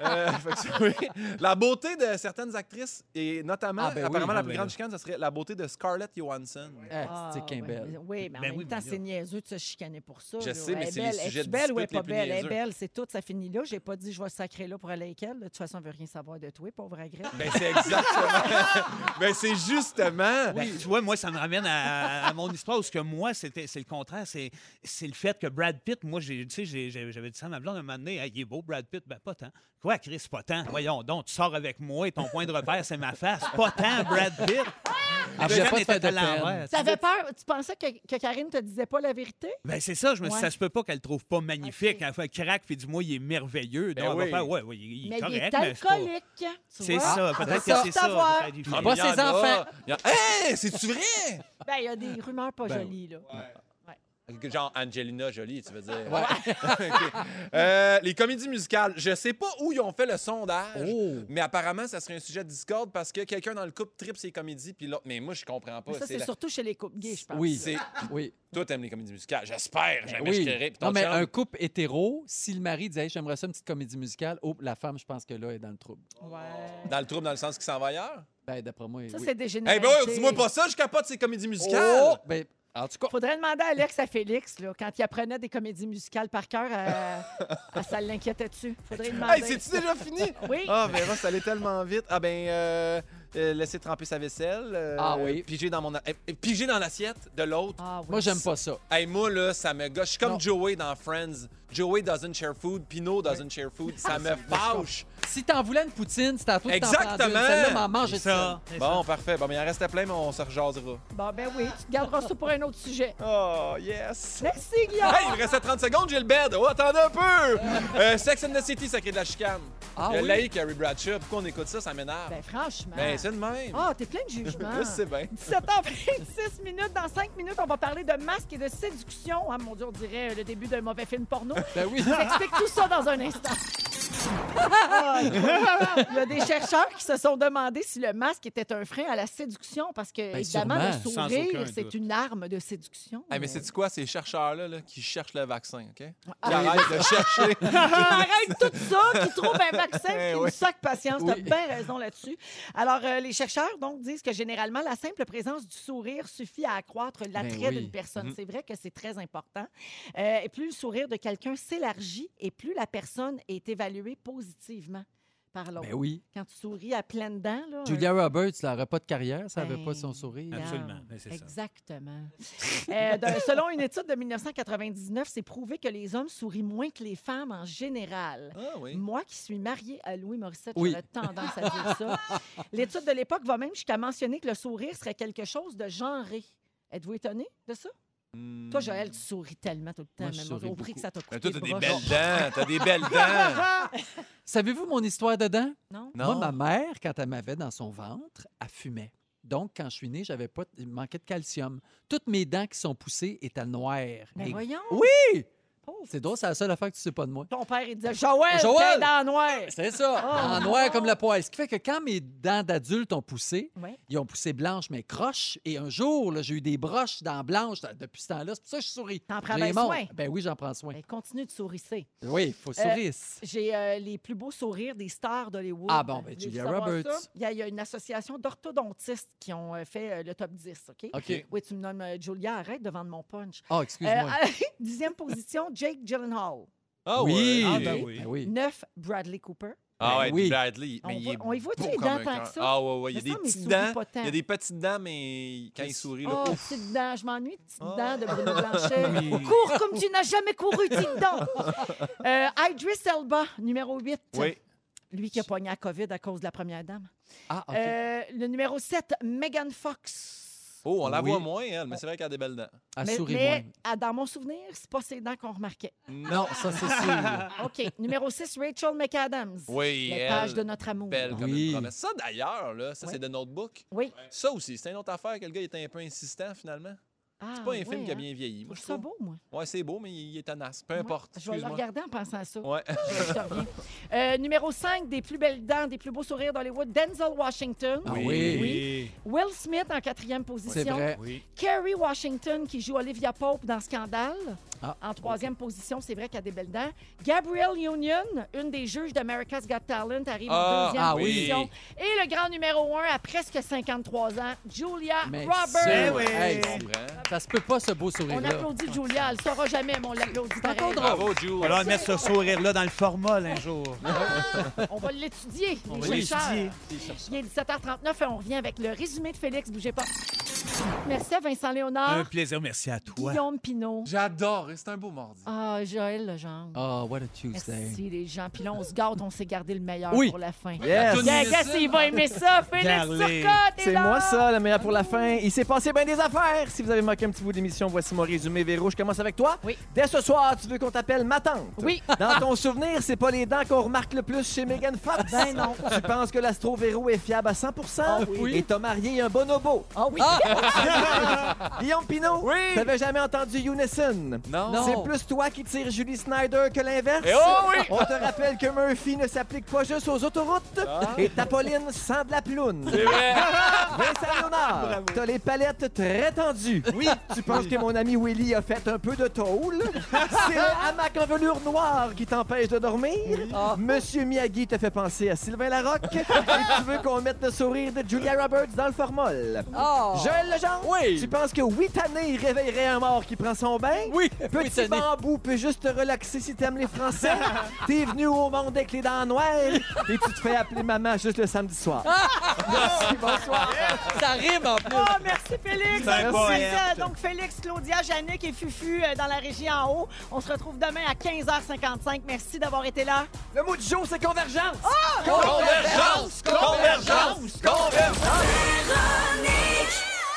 D: Euh, fait que ça, oui. La beauté de certaines actrices, et notamment,
B: Ah, ben oui,
D: apparemment,
C: ah,
D: la plus
C: ben
D: grande
C: là.
D: chicane, ce serait la beauté de Scarlett Johansson.
B: Ah, c'est
F: Ah,
B: qu'un
F: ouais, mais-
B: belle.
F: Oui, mais en
C: Ben
F: même
C: oui,
F: temps,
C: mais
F: c'est
C: là-
F: niaiseux de se chicaner pour ça.
D: Je
F: là.
D: sais,
F: Elle
D: mais
F: est
D: c'est les
F: belle.
D: sujets
F: Est-ce
D: de
F: belle ou elle est
D: dispute les
F: pas
D: plus
F: belle? Elle est
D: niaiseux.
F: belle, c'est tout, ça finit là. J'ai pas dit je vais sacrer là pour aller avec elle. De toute façon, elle veut rien savoir de toi, pauvre agresse.
C: Ah.
D: Ben, c'est exactement. ben, c'est justement.
C: Ben, tu vois, moi, ça me ramène à, à mon histoire, parce que moi, c'était, c'est le contraire. C'est, c'est le fait que Brad Pitt, moi, j'ai, tu sais, j'ai- j'ai- j'avais dit ça à ma blonde un moment donné, Hey, il est beau, Brad Pitt, ben pas tant. Quoi, Chris, pas tant? Voyons donc, tu sors avec moi et ton point de repère, c'est ma face. Pas tant, Brad Pitt.
B: Ah,
C: Le
B: j'ai
C: jeune
B: pas de
C: était
B: faire de
C: à l'envers,
B: peine.
C: tu sais.
F: T'avais peur? Tu pensais que, que Karine te disait pas la vérité?
C: Ben, c'est ça, je me suis dit,
F: Ouais.
C: ça se peut pas qu'elle le trouve pas magnifique. Elle fait crack, puis dis-moi, il est merveilleux.
D: Ben
C: Donc, elle va
D: oui.
C: faire, ouais, ouais, il est
F: mais il
C: correct,
F: est
C: mais c'est pas-
F: alcoolique. tu
C: C'est
F: vois?
C: ça,
F: Ah,
C: peut-être
B: c'est ça.
C: que c'est ça.
F: Savoir.
C: peut-être, il
D: Ah,
C: fait-
D: mais
B: Pas
D: il y en
B: ses
D: a.
B: enfants.
D: Il y en- Hey, c'est-tu vrai?
F: Ben, il y a des rumeurs pas
B: Ben
F: jolies, là.
D: Genre Angelina Jolie, tu veux dire. OK. Euh, les comédies musicales, je sais pas où ils ont fait le sondage,
B: Oh.
D: mais apparemment, ça serait un sujet de discorde parce que quelqu'un dans le couple tripe ses comédies, puis l'autre. Mais moi, je comprends pas.
F: Mais ça, c'est
D: la-
F: surtout chez les couples gays, je pense.
B: Oui,
D: c'est-
B: Oh, oui.
D: Toi, t'aimes les comédies musicales, j'espère. Jamais Ben, je
B: Ben oui.
D: crierai, puis ton
B: Non, mais
D: chum-
B: un couple hétéro, si le mari disait Hey, j'aimerais ça une petite comédie musicale », oh, la femme, je pense que là, est dans le trouble.
F: Ouais.
D: Dans le trouble, dans le sens qu'il s'en va ailleurs?
B: Ben, d'après moi,
F: Ça,
B: oui.
F: c'est des
D: Eh hey,
F: généralités.
D: ben, ouais, dis-moi pas ça, je capote ces comédies musicales!
B: Oh! Ben, en tout cas,
F: Faudrait demander à Alex à Félix, là, quand il apprenait des comédies musicales par cœur, à- à ça l'inquiétait-tu? Faudrait lui demander.
D: Hey, c'est-tu déjà fini?
F: Oui.
D: ben. Ah, Véra, ça allait tellement vite. Ah, ben, euh, euh, laisser tremper sa vaisselle. euh,
B: Ah oui.
D: Piger dans, mon a- eh, piger dans l'assiette de l'autre.
F: Ah oui.
B: moi, j'aime pas ça.
D: Hey, moi, là, ça me gâche. Je suis comme
B: Non. Ah,
D: Joey dans Friends. Joey doesn't share food, Pino doesn't share food. Ça me fâche.
B: Si t'en voulais une poutine, c'était à toi de t'en prendre une.
D: Exactement.
B: Celle-là m'a mangé
C: C'est
B: ça.
C: ça. c'est
D: Bon, parfait. Bon, mais il en restait plein, mais on se rejasera.
A: Bon, ben oui, tu te garderas ça pour un autre sujet.
D: Oh, yes!
A: Merci, Guillaume.
D: Hey, il me restait 30 secondes, j'ai le bed. Oh, attendez un peu! Euh, Sex and the City, ça crée de la chicane.
B: Ah
D: le
B: oui?
D: laïc Harry Bradshaw, pourquoi on écoute ça? Ça m'énerve.
A: Ben franchement.
D: Ben, c'est de même.
A: Ah, t'es plein de jugements.
D: Je sais bien.
A: 17h26 minutes. Dans 5 minutes, on va parler de masques et de séduction. Ah, mon Dieu, on dirait le début d'un mauvais film porno.
B: Ben oui.
A: Je vous explique tout ça dans un instant. Il y a des chercheurs qui se sont demandé si le masque était un frein à la séduction parce que,
B: Ben,
A: évidemment, le
C: sûrement. Sans
A: sourire,
C: aucun
A: c'est
C: doute.
A: une arme de séduction.
D: Hey, mais c'est quoi ces chercheurs-là là, qui cherchent le vaccin, OK? Qui
A: Ah.
D: arrêtent de chercher.
A: qui Ah, arrête tout ça, qui trouve un vaccin,
D: Eh
A: qui nous
D: oui.
A: sac patience. T'as
B: Oui.
A: bien raison là-dessus. Alors, euh, les chercheurs, donc, disent que généralement, la simple présence du sourire suffit à accroître l'attrait
B: Ben oui.
A: d'une personne. C'est vrai que c'est très important. Euh, et plus le sourire de quelqu'un s'élargit et plus la personne est évaluée positivement par l'autre.
B: Ben oui.
A: Quand tu souris à pleines dents, là, un
B: Julia Roberts, elle n'aurait pas de carrière, ça n'avait
A: Ben,
B: pas son sourire.
C: Absolument, mais c'est ça.
A: Exactement. Euh, de- selon une étude de 1999, c'est prouvé que les hommes sourient moins que les femmes en général.
D: Ah oui.
A: Moi qui suis mariée à Louis Morissette,
B: Oui.
A: j'aurais tendance à dire ça. L'étude de l'époque va même jusqu'à mentionner que le sourire serait quelque chose de genré. Êtes-vous étonné de ça? Toi, Joël, tu souris tellement tout le temps,
B: Hmm. Moi, je
A: même
B: souris
A: au prix
B: beaucoup.
A: que ça t'a
D: Mais
A: coûté.
D: Ben, toi, t'as des
A: broche.
D: belles dents. T'as des belles dents.
B: Savez-vous mon histoire dedans?
A: Non?
D: Non.
B: Moi, ma mère, quand elle m'avait dans son ventre, elle fumait. Donc, quand je suis née, j'avais pas, il me manquait de calcium. Toutes mes dents qui sont poussées étaient noires.
A: Mais
B: Et-
A: Ben, voyons.
B: Oui!
A: Pauvre.
B: C'est drôle, c'est la seule affaire que tu sais pas de moi.
A: Ton père, il disait Joël,
B: Joël!
A: t'es dans le noir.
B: C'est ça,
A: Oh.
B: en noir comme la poêle. Ce qui fait que quand mes dents d'adulte ont poussé,
A: Ouais.
B: ils ont poussé blanches, mais croches. Et un jour, là, j'ai eu des broches dans blanches depuis ce temps-là. C'est pour ça que je souris.
A: T'en prends
B: J'ai les
A: bien
B: montres.
A: soin. euh,
B: Ben oui, j'en prends soin.
A: Ben, continue de sourisser.
B: Oui, il faut sourire.
A: J'ai euh, les plus beaux sourires des stars d'Hollywood.
B: Ah bon, ben,
A: Voulez-vous
B: Julia
A: savoir
B: Roberts.
A: ça? Il y, a- il y a une association d'orthodontistes qui ont euh, fait euh, le top 10, OK?
B: OK.
A: Oui, tu me nommes euh, Julia, arrête de vendre mon punch.
B: Ah, excuse-moi.
A: Euh, dixième position, Jake Gyllenhaal.
D: Ah
B: oui.
D: ouais. Ah,
C: ben
D: ben oui.
C: oui.
B: Ben oui.
A: Neuf, Bradley Cooper.
D: Ah ouais,
B: Ben oui.
D: Bradley.
A: On
D: Mais il
A: voit-
D: est
A: on y voit-tu
D: beau
A: les
D: comme
A: dents
D: un
A: tant
D: cœur.
A: que ça?
D: Ah ouais, ouais. Il y a
A: Me
D: des
A: semble, il
D: petites
A: sourit
D: dents.
A: pas tant.
D: Il y a des petites dents, mais quand il sourit, là,
A: Oh,
D: ouf.
A: petite dent, je m'ennuie, de petite
D: Oh.
A: dent de Bruno Blanchet.
C: Oui.
A: Cours comme tu n'as jamais couru, petite dent. Euh, Idris Elba, numéro 8.
D: Oui.
A: Lui qui a pogné la COVID à cause de la première dame.
B: Ah, OK.
A: Euh, le numéro 7, Megan Fox.
D: Oh, on la
B: Oui.
D: voit moins, elle, mais c'est vrai qu'elle a des belles dents.
B: Ah,
A: mais
B: souris
A: mais,
B: moins.
A: ah, dans mon souvenir, c'est pas ses dents qu'on remarquait.
B: Non, ça, c'est sûr.
A: OK. numéro 6, Rachel McAdams.
D: Oui,
A: Les
D: elle,
A: pages de notre amour.
D: belle comme
B: Oui.
D: une promesse. Ça, d'ailleurs, là, ça,
A: Ouais.
D: c'est de Notebook.
A: Oui.
D: Ça aussi, c'est une autre affaire que le gars était un peu insistant, finalement.
A: Ah,
D: C'est pas un film
A: ouais,
D: qui a
A: hein.
D: bien vieilli.
A: Je trouve
D: Moi, je
A: ça
D: trouve.
A: beau, moi.
D: Ouais, c'est beau, mais il est tenace. Peu importe.
A: Je vais le
D: Excuse-moi.
A: regarder en pensant à ça.
D: Ouais.
A: Je te reviens. Euh, numéro 5, des plus belles dents, des plus beaux sourires d'Hollywood, Denzel Washington.
B: Ah oui.
C: Oui.
A: Will Smith en quatrième
B: C'est
A: position.
B: vrai.
C: Oui.
A: Kerry Washington qui joue Olivia Pope dans Scandale.
B: Ah.
A: En troisième position, c'est vrai qu'il y a des belles dents. Gabrielle Union, une des juges d'America's Got Talent, arrive en
D: Ah,
A: deuxième
B: ah oui.
A: position. Et le grand numéro 1 à presque 53 ans, Julia
B: Mais
A: Roberts.
B: c'est-
D: Eh
C: Ben oui.
B: Hey,
D: Je comprends.
B: ça se peut pas, ce beau
A: On
B: sourire-là.
A: applaudit Julia, elle ne saura jamais, mais on l'applaudit.
B: encore
A: pareil.
B: drôle.
D: Bravo, Jules.
C: Alors, mettre ce sourire-là dans le formol un jour.
A: On va l'étudier,
C: On va
A: les chercheurs.
C: l'étudier.
A: Il est 17h39 et on revient avec le résumé de Félix. Bougez pas. Merci à Vincent Léonard,
C: Un plaisir, merci à toi.
A: Ah. Guillaume Pinot.
D: J'adore. C'est un beau mardi.
A: Ah, Joël Legendre.
B: Ah, what a Tuesday.
A: Merci les gens. Puis là, on se garde, on s'est gardé le meilleur
B: Oui.
A: pour la fin.
I: Yes.
A: Bien, qu'est-ce qu'il va aimer ça, Félix
C: Garlé.
A: Turcotte est
I: C'est
A: là!
I: moi ça, le meilleur pour la fin. Il s'est passé bien des affaires. Si vous avez manqué un petit bout d'émission, voici mon résumé. Véro, je commence avec toi.
A: Oui.
I: Dès ce soir, tu veux qu'on t'appelle ma tante.
A: Oui.
I: Dans ton souvenir, c'est pas les dents qu'on remarque le plus chez Megan Fox. Ben non. Tu penses que l'astro Véro est fiable à 100
B: oui.
I: et t'as marié un bonobo.
A: Ah oui.
I: Guillaume Pinot,
D: Oui.
I: t'avais jamais entendu Unison.
D: Non.
B: Non.
I: C'est plus toi qui tires Julie Snyder que l'inverse.
D: Eh oh oui!
I: On te rappelle que Murphy ne s'applique pas juste aux autoroutes
D: Ah.
I: et Tapoline sent de la ploune.
D: C'est vrai.
I: Vincent Léonard, t'as les palettes très tendues. Oui. Tu penses que mon ami Willy a fait un peu de tôle? C'est le hamac en velours noir qui t'empêche de dormir?
B: Ah.
I: Monsieur Miyagi te fait penser à Sylvain Larocque? Et tu veux qu'on mette le sourire de Julia Roberts dans le formol?
B: Ah!
I: Joël Michel Lejean?
B: Oui.
I: Tu penses que Whitané réveillerait un mort qui prend son bain?
B: Oui,
I: Petit
B: Whitané.
I: bambou peut juste te relaxer si t'aimes les Français. T'es venu au monde avec les dents noires et tu te fais appeler maman juste le samedi soir. Merci, bonsoir.
B: Ça rime en plus.
A: Ah, merci Félix.
C: C'est un poète.
A: euh, donc Félix, Claudia, Yannick et Fufu euh, dans la régie en haut. On se retrouve demain à 15h55. Merci d'avoir été là.
I: Le mot du jour, c'est convergence.
D: Convergence! Convergence! Convergence!
H: Véronique,